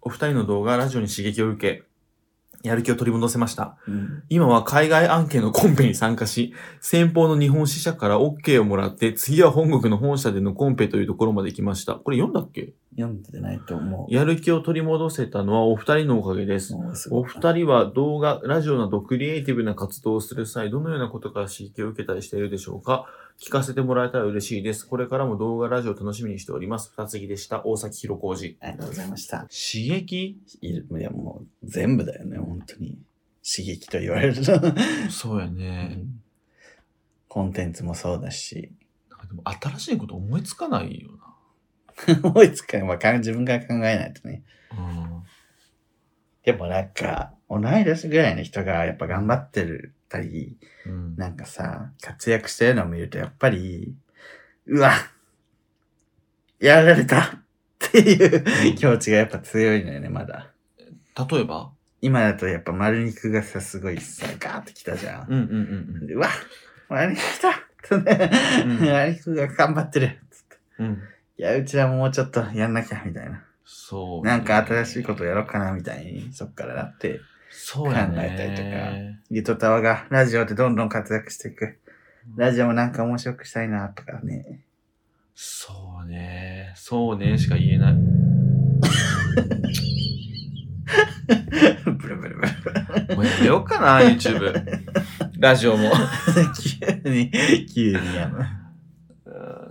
Speaker 1: お二人の動画、ラジオに刺激を受け、やる気を取り戻せました。
Speaker 2: うん
Speaker 1: 今は海外案件のコンペに参加し、先方の日本支社から OK をもらって、次は本国の本社でのコンペというところまで来ました。これ読んだっけ
Speaker 2: 読んでないと思う。
Speaker 1: やる気を取り戻せたのはお二人のおかげです。
Speaker 2: もうす
Speaker 1: お
Speaker 2: ごい
Speaker 1: 二人は動画、ラジオなどクリエイティブな活動をする際、どのようなことから刺激を受けたりしているでしょうか聞かせてもらえたら嬉しいです。これからも動画、ラジオ楽しみにしております。二つぎでした。大崎弘浩二。
Speaker 2: ありがとうございました。
Speaker 1: 刺激
Speaker 2: いるいやもう全部だよね、本当に。刺激と言われると。
Speaker 1: そうやね。
Speaker 2: コンテンツもそうだし、
Speaker 1: なんかでも新しいこと思いつかないよ
Speaker 2: 思いつかん、まあ、かん自分から考えないとね。
Speaker 1: な。
Speaker 2: でもなんか、同い年ぐらいの人がやっぱ頑張ってるたり、
Speaker 1: うん。
Speaker 2: なんかさ、活躍してるのを見るとやっぱり、うわやられた っていう気持ちがやっぱ強いのよね、まだ。
Speaker 1: 例えば
Speaker 2: 今だとやっぱ丸肉がさ、すごいさ、ガーってきたじゃん。
Speaker 1: うんうんうん
Speaker 2: うわマリクだとね、
Speaker 1: うん
Speaker 2: マリクが頑張ってるつって
Speaker 1: うん。うん。
Speaker 2: いや、うちらももうちょっとやんなきゃ、みたいな。
Speaker 1: そう、
Speaker 2: なんか新しいことやろうかな、みたいに、そっからなって。
Speaker 1: そうやね。
Speaker 2: 考えたりとかゆとたわがラジオでどんどん活躍していく。ラジオもなんか面白くしたいな、とかね。
Speaker 1: そうね。そうね。しか言えない。
Speaker 2: ブルブルブルブル。
Speaker 1: もうやめようかな、YouTube。ラジオも。
Speaker 2: 急に、急にやむ。
Speaker 1: うん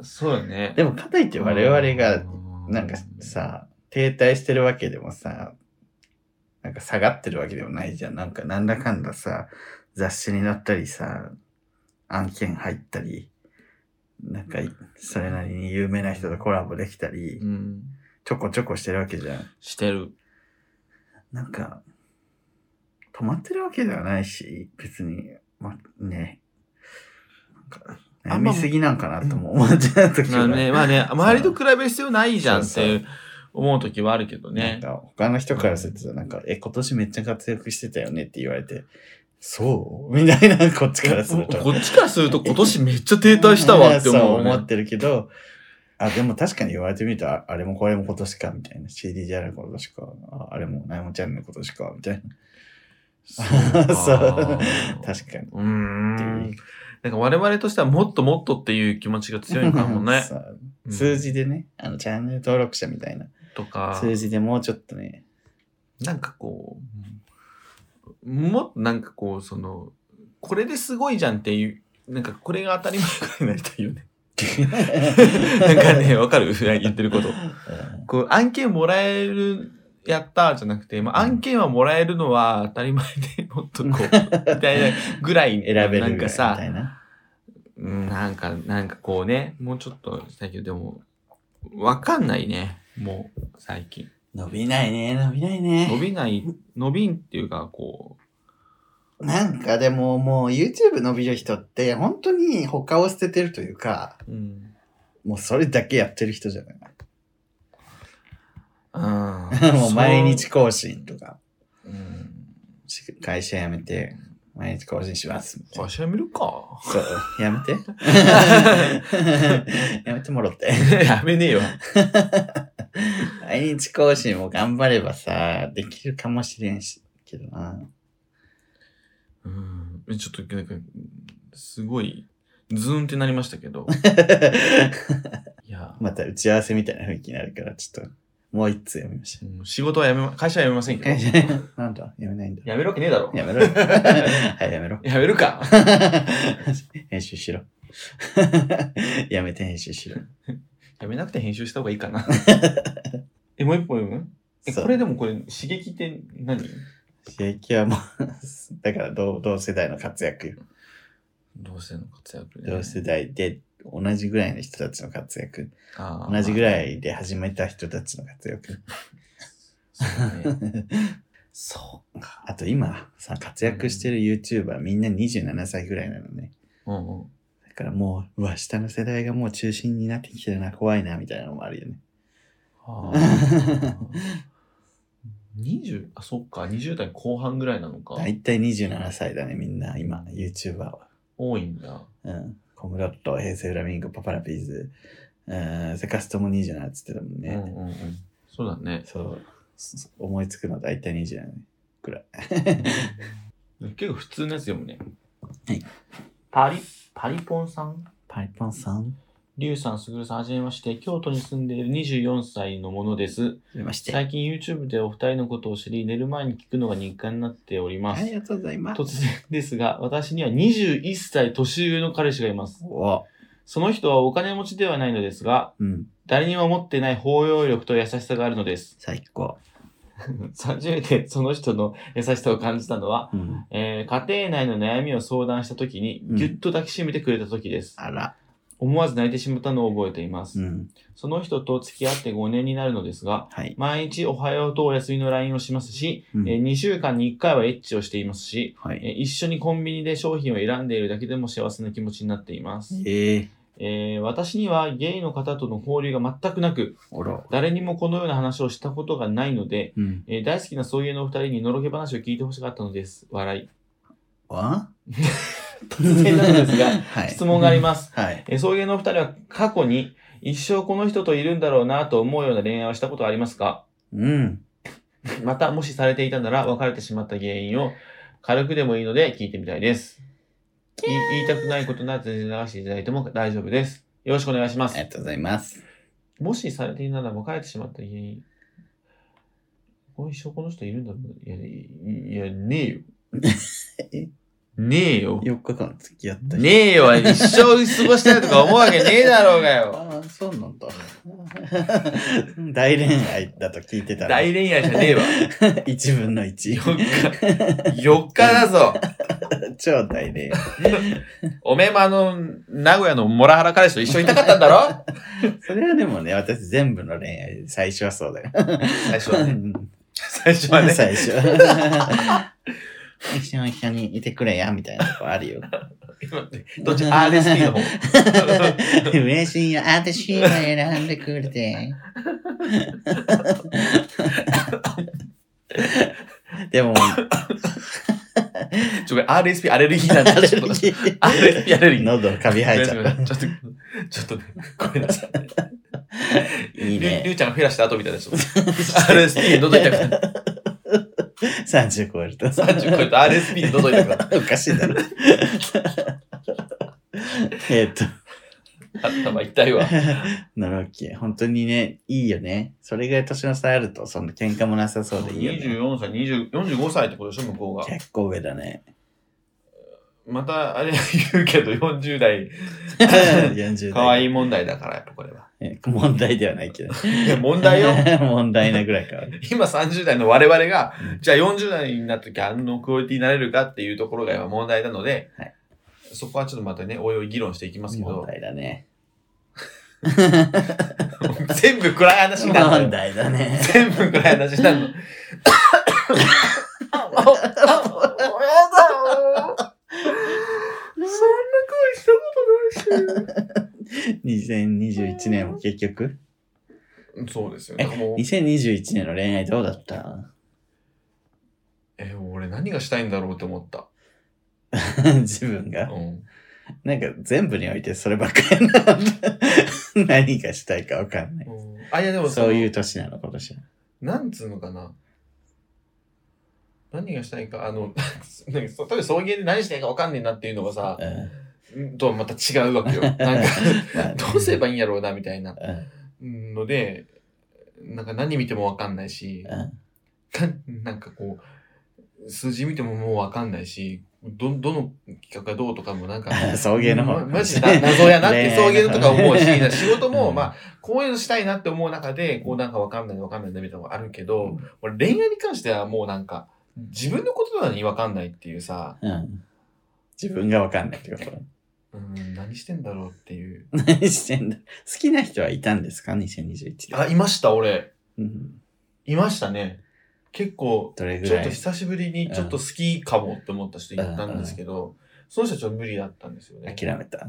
Speaker 1: そうよね。
Speaker 2: でも、かといって我々が、
Speaker 1: うん
Speaker 2: なんかさ、停滞してるわけでもさ、なんか下がってるわけでもないじゃん。なんかなんだかんださ、雑誌に載ったりさ、案件入ったり、なんかいそれなりに有名な人とコラボできたり
Speaker 1: う、ん、
Speaker 2: ちょこちょこしてるわけじゃん。
Speaker 1: してる。
Speaker 2: なんか、止まってるわけではないし、別に、ま、ね。なんか、
Speaker 1: あ
Speaker 2: 悩
Speaker 1: んま
Speaker 2: みすぎなんかなとも思っちゃう時
Speaker 1: まあ
Speaker 2: は
Speaker 1: ね、まあね、周りと比べる必要ないじゃんって思う時はあるけど
Speaker 2: なん
Speaker 1: ね。
Speaker 2: か他の人からするとなんか、え、今年めっちゃ活躍してたよねって言われて、そう みたいな、こっちからすると。
Speaker 1: こっちからすると今年めっちゃ停滞したわって思う、
Speaker 2: そう思
Speaker 1: ね
Speaker 2: っ。てるけど、あ、でも確かに言われてみると、ああれもこれも今年か、みたいな。CD じゃない今年か、ああれもナイモちゃんの今年か、みたいな。
Speaker 1: そう
Speaker 2: そう
Speaker 1: か
Speaker 2: 確かに。
Speaker 1: うーん。なんか我々としてはもっともっとっていう気持ちが強いのかもね。
Speaker 2: そう
Speaker 1: うん
Speaker 2: 数字でね、あの、チャンネル登録者みたいな。
Speaker 1: とか、
Speaker 2: 数字でもうちょっ とね、
Speaker 1: なんかこう、もっとなんかこう、その、これですごいじゃんっていう、なんかこれが当たり前くらいになりたい よね。なんかね、わかる言ってること。
Speaker 2: うん
Speaker 1: こう、案件もらえる、やったーじゃなくて、まあ、
Speaker 2: うん
Speaker 1: 案件はもらえるのは当たり前で、もっと こう、みたいなぐらい、
Speaker 2: 選べるぐら
Speaker 1: ないん
Speaker 2: み
Speaker 1: かさ、
Speaker 2: たいな。
Speaker 1: うん、なんか、なんかこうね、もうちょっとしたいけど、でも、わかんないね、もう、最近。
Speaker 2: 伸びないね、伸びないね。
Speaker 1: 伸びない、伸びんっていうか、こ
Speaker 2: なんかでももう YouTube 伸びる人って本当に他を捨ててるというか、
Speaker 1: う、うん。
Speaker 2: もうそれだけやってる人じゃない
Speaker 1: うん
Speaker 2: もう毎日、更新とか、
Speaker 1: そううん。
Speaker 2: し会社辞めて、毎日更新しますみたい
Speaker 1: 会
Speaker 2: な。
Speaker 1: 社見る か。
Speaker 2: そう、やめて。 やめてもろって。
Speaker 1: やめねえわ。
Speaker 2: 毎日更新も頑張ればさ、できるかもしれんし、けどな。
Speaker 1: うん。えちょっと、なんか、すごい、ズーンってなりましたけ ど。いや、
Speaker 2: また打ち合わせみたいな雰囲気になるから、ちょっと、もう一通読みましょ
Speaker 1: うん仕事はやめま、会社はやめません
Speaker 2: う。
Speaker 1: け
Speaker 2: 会
Speaker 1: ど。
Speaker 2: 社なんだやめないんだ。
Speaker 1: やめるわけねえだろ。
Speaker 2: やめろよ。 はい、やめろ。
Speaker 1: やめるか。
Speaker 2: 編集しろ。やめて編集しろ。
Speaker 1: やめなくて編集した方がいいか な。え、もう一本読むえ、
Speaker 2: そう
Speaker 1: これでもこれ、刺激って何
Speaker 2: 刺激はもう、 だから同同世代の活躍よ。
Speaker 1: 同性の活躍
Speaker 2: 同世代で同じぐらいの人たちの活躍。
Speaker 1: あー
Speaker 2: 同じぐらいで始めた人たちの活躍。
Speaker 1: そうね
Speaker 2: そうか。あと今さ、活躍してる YouTuber みんな27歳ぐらいなのね。
Speaker 1: うんうん。
Speaker 2: だからもう、うわ、下の世代がもう中心になってきてるな、怖いな、みたいなのもあるよね。
Speaker 1: あー 20? あ、そっか。20代後半ぐらいなのか。
Speaker 2: だいたい27歳だね、みんな、今、YouTuber は。
Speaker 1: 多いんだ。
Speaker 2: うん。コムロット、平成フラミンゴ、パパラピーズ、うん、セカストも27っつってたもん
Speaker 1: うん
Speaker 2: ね。
Speaker 1: うんうん。そうだね。
Speaker 2: そう。そそ思いつくの大体27くらい。
Speaker 1: 結構普通のやつ読むね。
Speaker 2: はい。
Speaker 1: パリ、パリポンさん
Speaker 2: パリポンさん、
Speaker 1: リュウさん、すぐるさん、はじめまして。京都に住んでいる24歳のものです。
Speaker 2: はじめまして。
Speaker 1: 最近 YouTube でお二人のことを知り、寝る前に聞くのが日課になっておりま
Speaker 2: あ
Speaker 1: す
Speaker 2: り。がとうございま す。
Speaker 1: 突然ですが、私には21歳年上の彼氏がいます。
Speaker 2: お
Speaker 1: その人はお金持ちではないのですが、
Speaker 2: うん、
Speaker 1: 誰にも持ってない包容力と優しさがあるのです。
Speaker 2: 最高。
Speaker 1: 初めてその人の優しさを感じたのは、
Speaker 2: うん。
Speaker 1: えー家庭内の悩みを相談した時に、
Speaker 2: うん
Speaker 1: ぎゅっと抱きしめてくれた時です。
Speaker 2: あら。
Speaker 1: 思わず泣いてしまったのを覚えています。
Speaker 2: うん。
Speaker 1: その人と付き合って5年になるのですが、
Speaker 2: はい。
Speaker 1: 毎日おはようとお休みの LINE をしますし、
Speaker 2: うん
Speaker 1: えー2週間に1回はエッチをしていますし、
Speaker 2: は
Speaker 1: えー
Speaker 2: い。
Speaker 1: 一緒にコンビニで商品を選んでいるだけでも幸せな気持ちになっています。
Speaker 2: ええ
Speaker 1: えー私にはゲイの方との交流が全くなく、
Speaker 2: おろ。
Speaker 1: 誰にもこのような話をしたことがないので、
Speaker 2: うん。
Speaker 1: えー大好きなそういうのお二人にのろけ話を聞いてほしかったのです。笑
Speaker 2: わ
Speaker 1: い。突然なんですが、
Speaker 2: はい。
Speaker 1: 質問があります。
Speaker 2: はい。
Speaker 1: えー、送迎のお二人は過去に一生この人といるんだろうなと思うような恋愛をしたことはありますか
Speaker 2: うん。
Speaker 1: また、もしされていたなら別れてしまった原因を軽くでもいいので聞いてみたいです。い言いたくないことなら全然流していただいても大丈夫です。よろしくお願いしま
Speaker 2: あり
Speaker 1: す
Speaker 2: が。とうございます。
Speaker 1: もしされていたなら別れてしまった原因。こう一生この人いるんだろうないや、いいや、ねえよ。
Speaker 2: え
Speaker 1: ねえよ。
Speaker 2: 4日間付き合った人。
Speaker 1: ねえよは一生過ごしたいとか思うわけねえだろうがよ。
Speaker 2: ああ、そうなんだ。 大恋愛だと聞いてたら。
Speaker 1: 大恋愛じゃねえわ。
Speaker 2: 一分の一。
Speaker 1: 4 日、4日だぞ。
Speaker 2: 超大で。
Speaker 1: おめえもあの、名古屋のモラハラ彼氏と一緒にいたかったんだ ろ
Speaker 2: それはでもね、私全部の恋愛、最初はそうだよ。
Speaker 1: 最初はね。最初はね。
Speaker 2: 最初は。 一緒に一緒にいてくれや、みたいなとこあるよ。
Speaker 1: 今ねどっち、あーです けども。
Speaker 2: 嬉しいよ、私を選んでくれ て。でも、
Speaker 1: ちょ、これ RSP アレルギーなん
Speaker 2: ア
Speaker 1: で、
Speaker 2: レ
Speaker 1: ちょ
Speaker 2: ル
Speaker 1: っと、
Speaker 2: ギー
Speaker 1: RSP アレルギー。
Speaker 2: 喉、カビ生えちゃっ
Speaker 1: ちょっと、ちょっとね、ごめんなさい。
Speaker 2: た。い
Speaker 1: りゅ
Speaker 2: い
Speaker 1: うりゅ
Speaker 2: ね。
Speaker 1: うちゃんがフェラした後みたいな 人。RSP で覗いたくなる。
Speaker 2: 30超えると。
Speaker 1: 30超えた RSP で覗いたくなる。
Speaker 2: おかしいだろ。えっと、
Speaker 1: 頭痛いわ。
Speaker 2: ノロッキー、本当にね、いいよね。それぐらい年の差あると、そんな喧嘩もなさそうでいいよね。
Speaker 1: 24歳、20 45歳ってことでしょ、向こうが。
Speaker 2: 結構上 だね。
Speaker 1: また、あれ言うけど、40代、
Speaker 2: 40代。
Speaker 1: 可愛
Speaker 2: い。
Speaker 1: い問題だから、やっぱこれは。
Speaker 2: 問題ではないけど。
Speaker 1: いや、問題よ。
Speaker 2: 問題なぐらいか。
Speaker 1: 今30代の我々が、じゃあ40代になった時あのクオリティになれるかっていうところが今問題なので、
Speaker 2: はい
Speaker 1: そこはちょっとまたね、おいおい議論していきますけ
Speaker 2: 問
Speaker 1: ど、
Speaker 2: 題だね。
Speaker 1: 全部暗い話になるのよ
Speaker 2: 問題だね。
Speaker 1: 全部暗い話になるの。ああああそんな声したことない
Speaker 2: 2021年も結局。
Speaker 1: し。そうですよ
Speaker 2: え
Speaker 1: ね。もう
Speaker 2: 2021年の恋愛どうだった
Speaker 1: え、俺何がしたいんだろうって思った。
Speaker 2: 自分が。
Speaker 1: うん。
Speaker 2: なんか全部においてそればっかりなんだ。何がしたいかわかんない。
Speaker 1: あ、いやでもの
Speaker 2: そういう年なの、今年は。
Speaker 1: なんつうのかな。何がしたいか、あの、 なんかそ多分送迎で何したいか分かんねえなっていうのがさ、
Speaker 2: うん
Speaker 1: うんとはまた違うわけよ。なんか、
Speaker 2: まあ
Speaker 1: どうすればいいんやろうな、みたいな。
Speaker 2: うん
Speaker 1: うんので、なんか何見ても分かんないし、
Speaker 2: うん
Speaker 1: ななんかこう、数字見てももう分かんないし、ど、どの企画がどうとかもなん か、
Speaker 2: 送迎の方
Speaker 1: ま マジな謎やなって、送迎のとか思う し、仕事
Speaker 2: う
Speaker 1: も、
Speaker 2: ん
Speaker 1: まあ、こういうのしたいなって思う中で、こうなんかわかんないわかんないなみたいなのがあるけど、
Speaker 2: うん
Speaker 1: 俺恋愛に関してはもうなんか、自分のことなのにわかんないっていうさ、
Speaker 2: うん自分がわかんないってこと。
Speaker 1: うん、何してんだろうっていう。
Speaker 2: 何してんだ好きな人はいたんですか ?2021 年。
Speaker 1: あ、いました、俺。
Speaker 2: うん
Speaker 1: いましたね。結構、
Speaker 2: どれぐ
Speaker 1: ちょ
Speaker 2: ら
Speaker 1: っと
Speaker 2: い
Speaker 1: 久しぶりにちょっと好きかもって思った人いたんですけど、その人はちょっと無理だったんですよね。
Speaker 2: 諦めた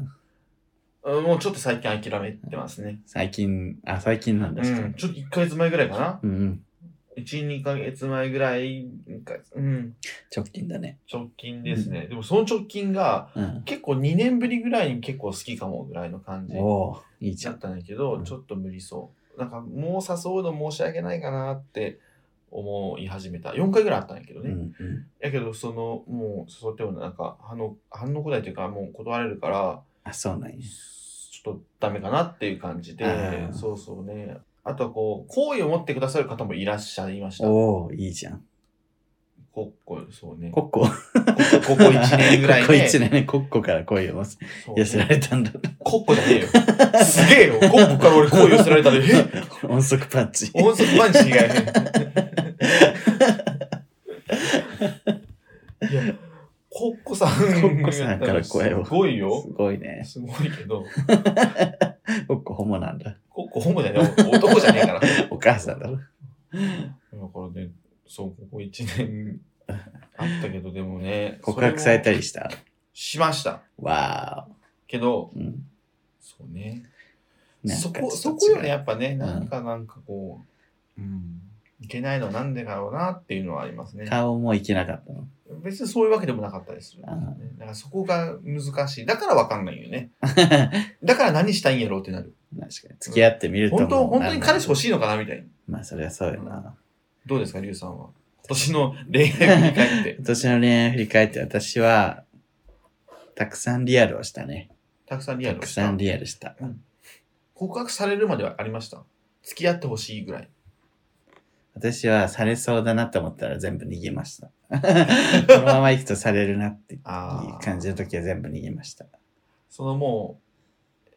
Speaker 1: うんもうちょっと最近諦めてますね。
Speaker 2: 最近、あ、最近なん
Speaker 1: う
Speaker 2: ですか
Speaker 1: ん、ちょっと1ヶ月前ぐらいかな。
Speaker 2: うんうん。
Speaker 1: 1、2ヶ月前ぐらいか、うん、
Speaker 2: 直近だね。
Speaker 1: 直近ですね。でもその直近が、
Speaker 2: うん。
Speaker 1: 結構2年ぶりぐらいに結構好きかもぐらいの感じ
Speaker 2: おおいいじゃ
Speaker 1: だ
Speaker 2: ん
Speaker 1: っ。たんだけど、
Speaker 2: うん
Speaker 1: ちょっと無理そう。なんかもう誘うの申し訳ないかなって思い始めた。4回ぐらいあったんやけど
Speaker 2: う
Speaker 1: ね。
Speaker 2: んうん。
Speaker 1: やけど、その、もう誘ってもなんか、反応、反応こないというか、もう断られるから、
Speaker 2: あ、そうなんや。
Speaker 1: ちょっとダメかなっていう感じで
Speaker 2: あ、ー
Speaker 1: そうそうね。あとはこう、好意を持ってくださる方もいらっしゃいました。
Speaker 2: おおいいじゃん。
Speaker 1: ここそうね。
Speaker 2: コッコ。こ
Speaker 1: こ ここ1年ぐらい
Speaker 2: ここ
Speaker 1: で。
Speaker 2: 1年ね、コッコから恋を
Speaker 1: そう
Speaker 2: 寄せられたんだ。
Speaker 1: コッコじゃねえよ。すげえよ。コッコから俺こう寄せられたで、え
Speaker 2: 音速パッチ。
Speaker 1: 音速パンチ以外 いや、コッコさん。
Speaker 2: コッコさんから声を
Speaker 1: すごい
Speaker 2: す
Speaker 1: よ。
Speaker 2: ごいね。
Speaker 1: すごいけど、
Speaker 2: コッコホモなんだ。
Speaker 1: コッコホモじゃねえ。男じゃね えから。だか
Speaker 2: お母さんだ
Speaker 1: ら
Speaker 2: ろ。
Speaker 1: ね、そう、ここ1年あったけど、でもね。
Speaker 2: 告白された
Speaker 1: り
Speaker 2: りした。
Speaker 1: しました。
Speaker 2: わ
Speaker 1: けど、
Speaker 2: ーお。うん。
Speaker 1: そうね。
Speaker 2: なんか
Speaker 1: そ
Speaker 2: ちょっ
Speaker 1: こ、
Speaker 2: と
Speaker 1: そこよ
Speaker 2: 違う
Speaker 1: ね、やっぱね、
Speaker 2: ん
Speaker 1: なんか、なんかこう、うん、いけないのはなんでだろうなっていうのはありますね。
Speaker 2: 顔もいけなかったの。
Speaker 1: 別にそういうわけでもなかったでする、ね
Speaker 2: あー。
Speaker 1: だからそこが難しい。だからわかんないよね。だから何したいんやろうってなる。
Speaker 2: 確かに。付き合ってみるとも
Speaker 1: 本
Speaker 2: う
Speaker 1: 当、本当に彼氏欲
Speaker 2: しい。
Speaker 1: しいのかなみたいな。
Speaker 2: まあ、それはそうよな。
Speaker 1: どうですか、リュウさんは。今年の恋愛を振り返 って、
Speaker 2: 今年の恋愛振り返って私は、たくさんリアルをしたね。
Speaker 1: たくさんリア
Speaker 2: た
Speaker 1: ルを
Speaker 2: く
Speaker 1: し
Speaker 2: さ
Speaker 1: た
Speaker 2: ん。リアルした。
Speaker 1: 告白されるまではありました。付き合ってほしいぐらい。
Speaker 2: 私はされそうだなと思ったら全部逃げました。このまま行くとされるなってい
Speaker 1: あ
Speaker 2: う
Speaker 1: あ。
Speaker 2: 感じの時は全部逃げました。
Speaker 1: そのもう、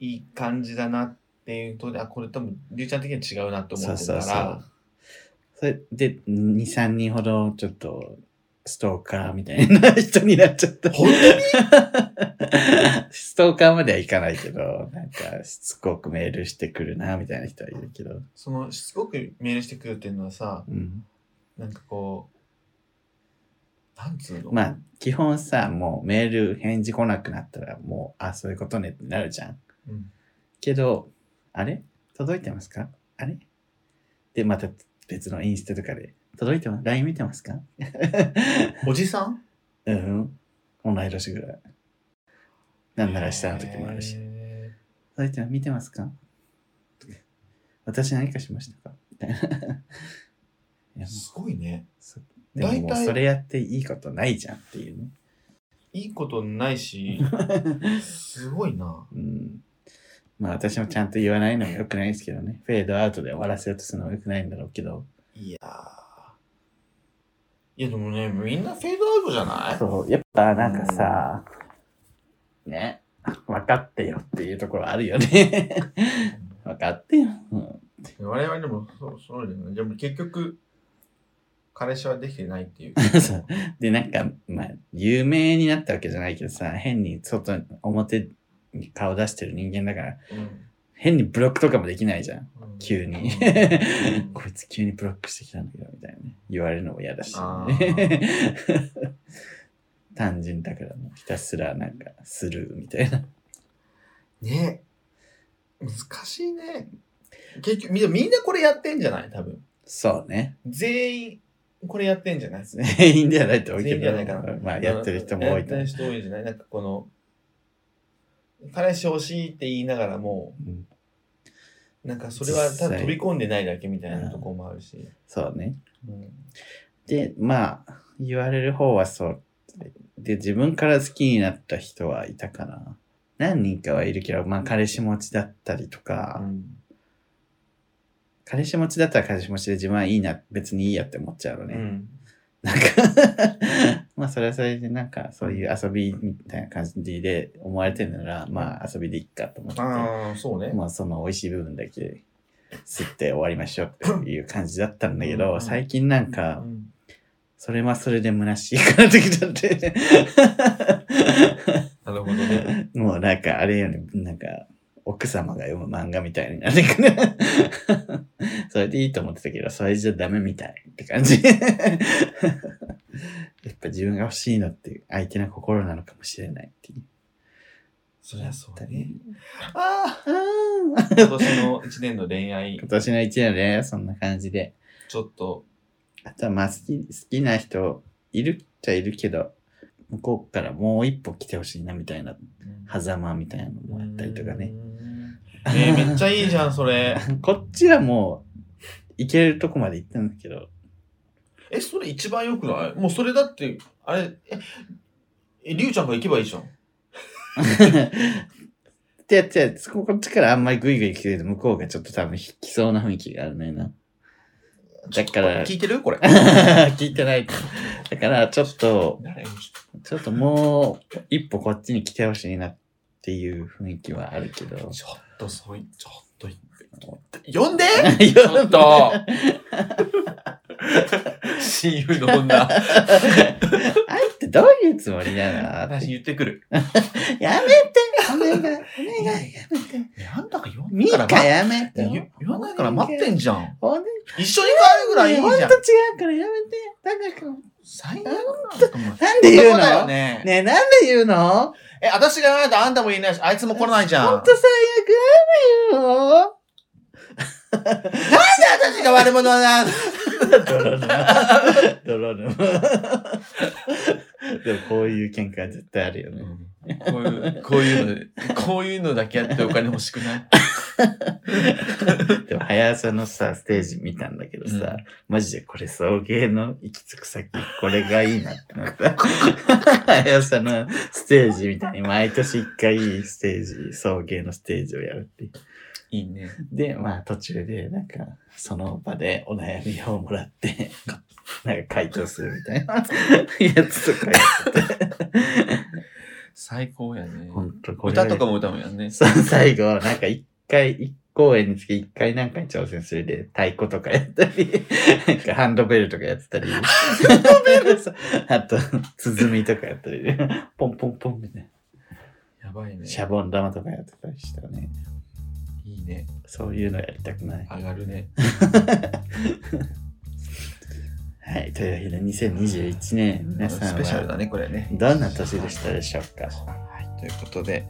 Speaker 1: いい感じだなっていうと、あ、これ多分、りゅうちゃん的には違うなって思
Speaker 2: そう
Speaker 1: ってるか
Speaker 2: そう
Speaker 1: ら、
Speaker 2: そう。それで、2、3人ほどちょっと、ストーカーみたいな人になっちゃった。
Speaker 1: 本当に
Speaker 2: ストーカーまではいかないけど、なんかしつこくメールしてくるな、みたいな人はいるけど。
Speaker 1: その、しつこくメールしてくるっていうのはさ、
Speaker 2: うん。
Speaker 1: なんかこう、なんつうの、
Speaker 2: まあ、基本さ、もうメール返事来なくなったら、もう、あ、そういうことねってなるじゃん。
Speaker 1: うん
Speaker 2: けど、あれ届いてますかあれで、また別のインスタとかで、届いてます ?LINE 見てますか
Speaker 1: おじさん
Speaker 2: うん。同い年ぐらい。なんなら下の時もあるし。
Speaker 1: へ
Speaker 2: 届いてます見てますか私何かしましたかみたいないや
Speaker 1: ーすごいね。
Speaker 2: そでもも
Speaker 1: 大
Speaker 2: う
Speaker 1: 体
Speaker 2: それやっていいことないじゃんっていうね。
Speaker 1: いいことないし、すごいな。
Speaker 2: うん。まあ私もちゃんと言わないのも良くないですけどね。フェードアウトで終わらせようとするのも良くないんだろうけど。
Speaker 1: いやー。いやでもね、みんなフェードアウトじゃない
Speaker 2: そう、やっぱなんかさ、ね、分かってよっていうところあるよね。分かってよ。うん
Speaker 1: 我々でもそうそうだよね。でも結局、彼氏はできてないっていう。
Speaker 2: そうで、なんか、まあ、有名になったわけじゃないけどさ、変に外、表に顔出してる人間だから、
Speaker 1: うん
Speaker 2: 変にブロックとかもできないじゃん。
Speaker 1: うん
Speaker 2: 急に
Speaker 1: うん。
Speaker 2: こいつ急にブロックしてきたんだけど、みたいなね。言われるのも嫌だし
Speaker 1: あ。
Speaker 2: 単純だからもうひたすらなんかスルーみたいな。
Speaker 1: ね難しいね。結局みんな、みんなこれやってんじゃない多分。
Speaker 2: そうね。
Speaker 1: 全員、これやってんじゃない
Speaker 2: 全員ではないと思うけ
Speaker 1: 全員で
Speaker 2: ど
Speaker 1: はないかな、
Speaker 2: まあやってる人も多いと
Speaker 1: や
Speaker 2: 思
Speaker 1: っ
Speaker 2: う
Speaker 1: て。る人多いじゃないなんかこの、彼氏欲しいって言いながらも、
Speaker 2: うん
Speaker 1: なんかそれはただ
Speaker 2: 実際
Speaker 1: 飛び込んでないだけみたいなとこもあるし。
Speaker 2: そうね。
Speaker 1: うん
Speaker 2: で、まあ、言われる方はそう。で、自分から好きになった人はいたかな。何人かはいるけど、まあ彼氏持ちだったりとか、
Speaker 1: うん
Speaker 2: 彼氏持ちだったら彼氏持ちで自分はいいな、別にいいやって思っちゃうの
Speaker 1: う
Speaker 2: ね。
Speaker 1: ん
Speaker 2: なんか まあそれはそれでなんかそういう遊びみたいな感じで思われてるならまあ遊びでいっかと思って、
Speaker 1: ああ、そうね。
Speaker 2: まあその美味しい部分だけ吸って終わりましょうっていう感じだったんだけ
Speaker 1: う
Speaker 2: ど、
Speaker 1: ん
Speaker 2: 最近なん
Speaker 1: う
Speaker 2: か、
Speaker 1: ん
Speaker 2: それはそれで虚しいからできち ゃって、
Speaker 1: なるほどね。
Speaker 2: もうなんかあれよね、なんか奥様が読む漫画みたいになってくる。 それでいいと思ってたけど、それじゃダメみたいって感じ。や っぱ自分が欲しいのって相手の心なのかもしれないっていう。
Speaker 1: そりゃそうだね。
Speaker 2: ああ
Speaker 1: 今年の1年の恋愛
Speaker 2: 今、年の一年でそんな感じで。
Speaker 1: ちょっと、
Speaker 2: あとはまあ好き、好きな人いるっちゃいるけど、向こうからもう一歩来てほしいなみたいな、狭間みたいなのもあったりとかね。
Speaker 1: うん。えーめっちゃいいじゃん、それ。
Speaker 2: こっちはもう、行けるとこまで行ったんだけど、
Speaker 1: え、それ一番良くないもうそれだって、あれ、ええ、りゅうちゃんから行けばいいじゃん。
Speaker 2: で、で、そここっちからあんまりグイグイ来てると向こうがちょっと多分引きそうな雰囲気があるのよな。だから
Speaker 1: ちょっとこれ聞いてるこれ。
Speaker 2: 聞いてない。だから、ちょっと、
Speaker 1: 誰
Speaker 2: ちょっともう一歩こっちに来てほしいなっていう雰囲気はあるけど。
Speaker 1: ちょっとそうい、ちょっとい、呼んで
Speaker 2: ち
Speaker 1: ちょっと 親友の女。
Speaker 2: あいってどういうつもりなの
Speaker 1: 私言ってくる。
Speaker 2: やめてお願いお願いやめて
Speaker 1: えあんたが呼ん
Speaker 2: ミ
Speaker 1: だから
Speaker 2: カやめて
Speaker 1: 言言わないから待ってんじゃん。
Speaker 2: お願い
Speaker 1: 一緒に帰るぐらいい
Speaker 2: ほ
Speaker 1: い
Speaker 2: んと
Speaker 1: じ
Speaker 2: 違
Speaker 1: ゃん。
Speaker 2: うからやめてだから
Speaker 1: 最悪なんだもん
Speaker 2: なんで言う
Speaker 1: そうだよ
Speaker 2: のね
Speaker 1: ね。
Speaker 2: え、なんで言うの
Speaker 1: え、私が言わないとあんたもいないし、あいつも来ないじゃん。
Speaker 2: ほんと最悪な
Speaker 1: 私が悪者なんだ
Speaker 2: のよ。泥沼。泥沼。 でもこういう喧嘩絶対あるよね。
Speaker 1: こういう、こういうの、こういうのだけやってお金欲しくない
Speaker 2: でも、早さのさ、ステージ見たんだけどさ、マジでこれ送迎の行き着く先、これがいいなってなった。 早さのステージみたいに、毎年一回いいステージ、送迎のステージをやるっていう。
Speaker 1: いいね。
Speaker 2: で、まあ途中で、なんか、その場でお悩みをもらって、なんか回答するみたいなやつとかや
Speaker 1: 最高やね。
Speaker 2: ほんとこれ
Speaker 1: 歌とかも歌うんやんね。
Speaker 2: そう、最後、なんか一回、一公演につき一回なんかに挑戦するで、太鼓とかやったり、なんかハンドベルとかやってたり。ハンドベル あと、鼓とかやったりね、ポンポンポンみたい
Speaker 1: やばいね
Speaker 2: な。。シャボン玉とかやってたりしたね。
Speaker 1: いいね。
Speaker 2: そういうのやりたくない。
Speaker 1: 上がるね。
Speaker 2: ははい、というわけで2021年皆さんは
Speaker 1: スペシャルだね、これね。
Speaker 2: どんな年でしたでしょうか
Speaker 1: はい、ということで、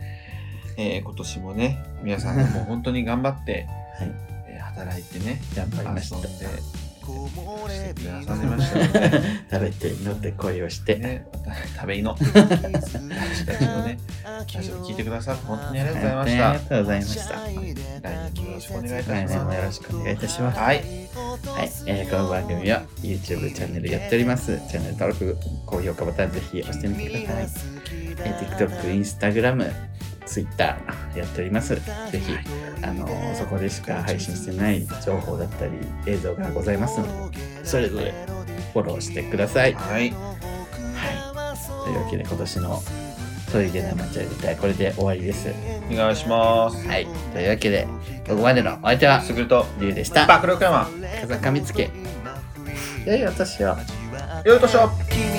Speaker 1: えー今年もね、皆さんもう本当に頑張って、
Speaker 2: はい
Speaker 1: えー働いてね、
Speaker 2: 頑張りまし
Speaker 1: 遊ん
Speaker 2: た
Speaker 1: で、してくださいましたので、
Speaker 2: 食べて乗って恋をして、
Speaker 1: ね、食べいの、私たちのね、ラジオ聞いてくださって本当にありがとうございまし
Speaker 2: は
Speaker 1: た
Speaker 2: あり。がとうございました
Speaker 1: 来年もよろしくお願いいたし
Speaker 2: 来年
Speaker 1: ま
Speaker 2: も
Speaker 1: す
Speaker 2: よ。ろしくお願いいたします
Speaker 1: はい、
Speaker 2: はい、えーこの番組は YouTube チャンネルやっておりますチャンネル登録高評価ボタンぜひ押してみてください、えー TikTok、Instagram、Twitter やっておりますぜひあのーそこでしか配信してない情報だったり映像がございますのでそれぞれフォローしてください、はい、
Speaker 1: はい、
Speaker 2: というわけで今年のトイレ生茶入れたいこれで終わりです
Speaker 1: お願いします。
Speaker 2: はいというわけでここまでのお相手は
Speaker 1: すぐると、
Speaker 2: リュウでした
Speaker 1: 爆力山、
Speaker 2: 風上つけ良いお年を
Speaker 1: よいとしょ
Speaker 3: 君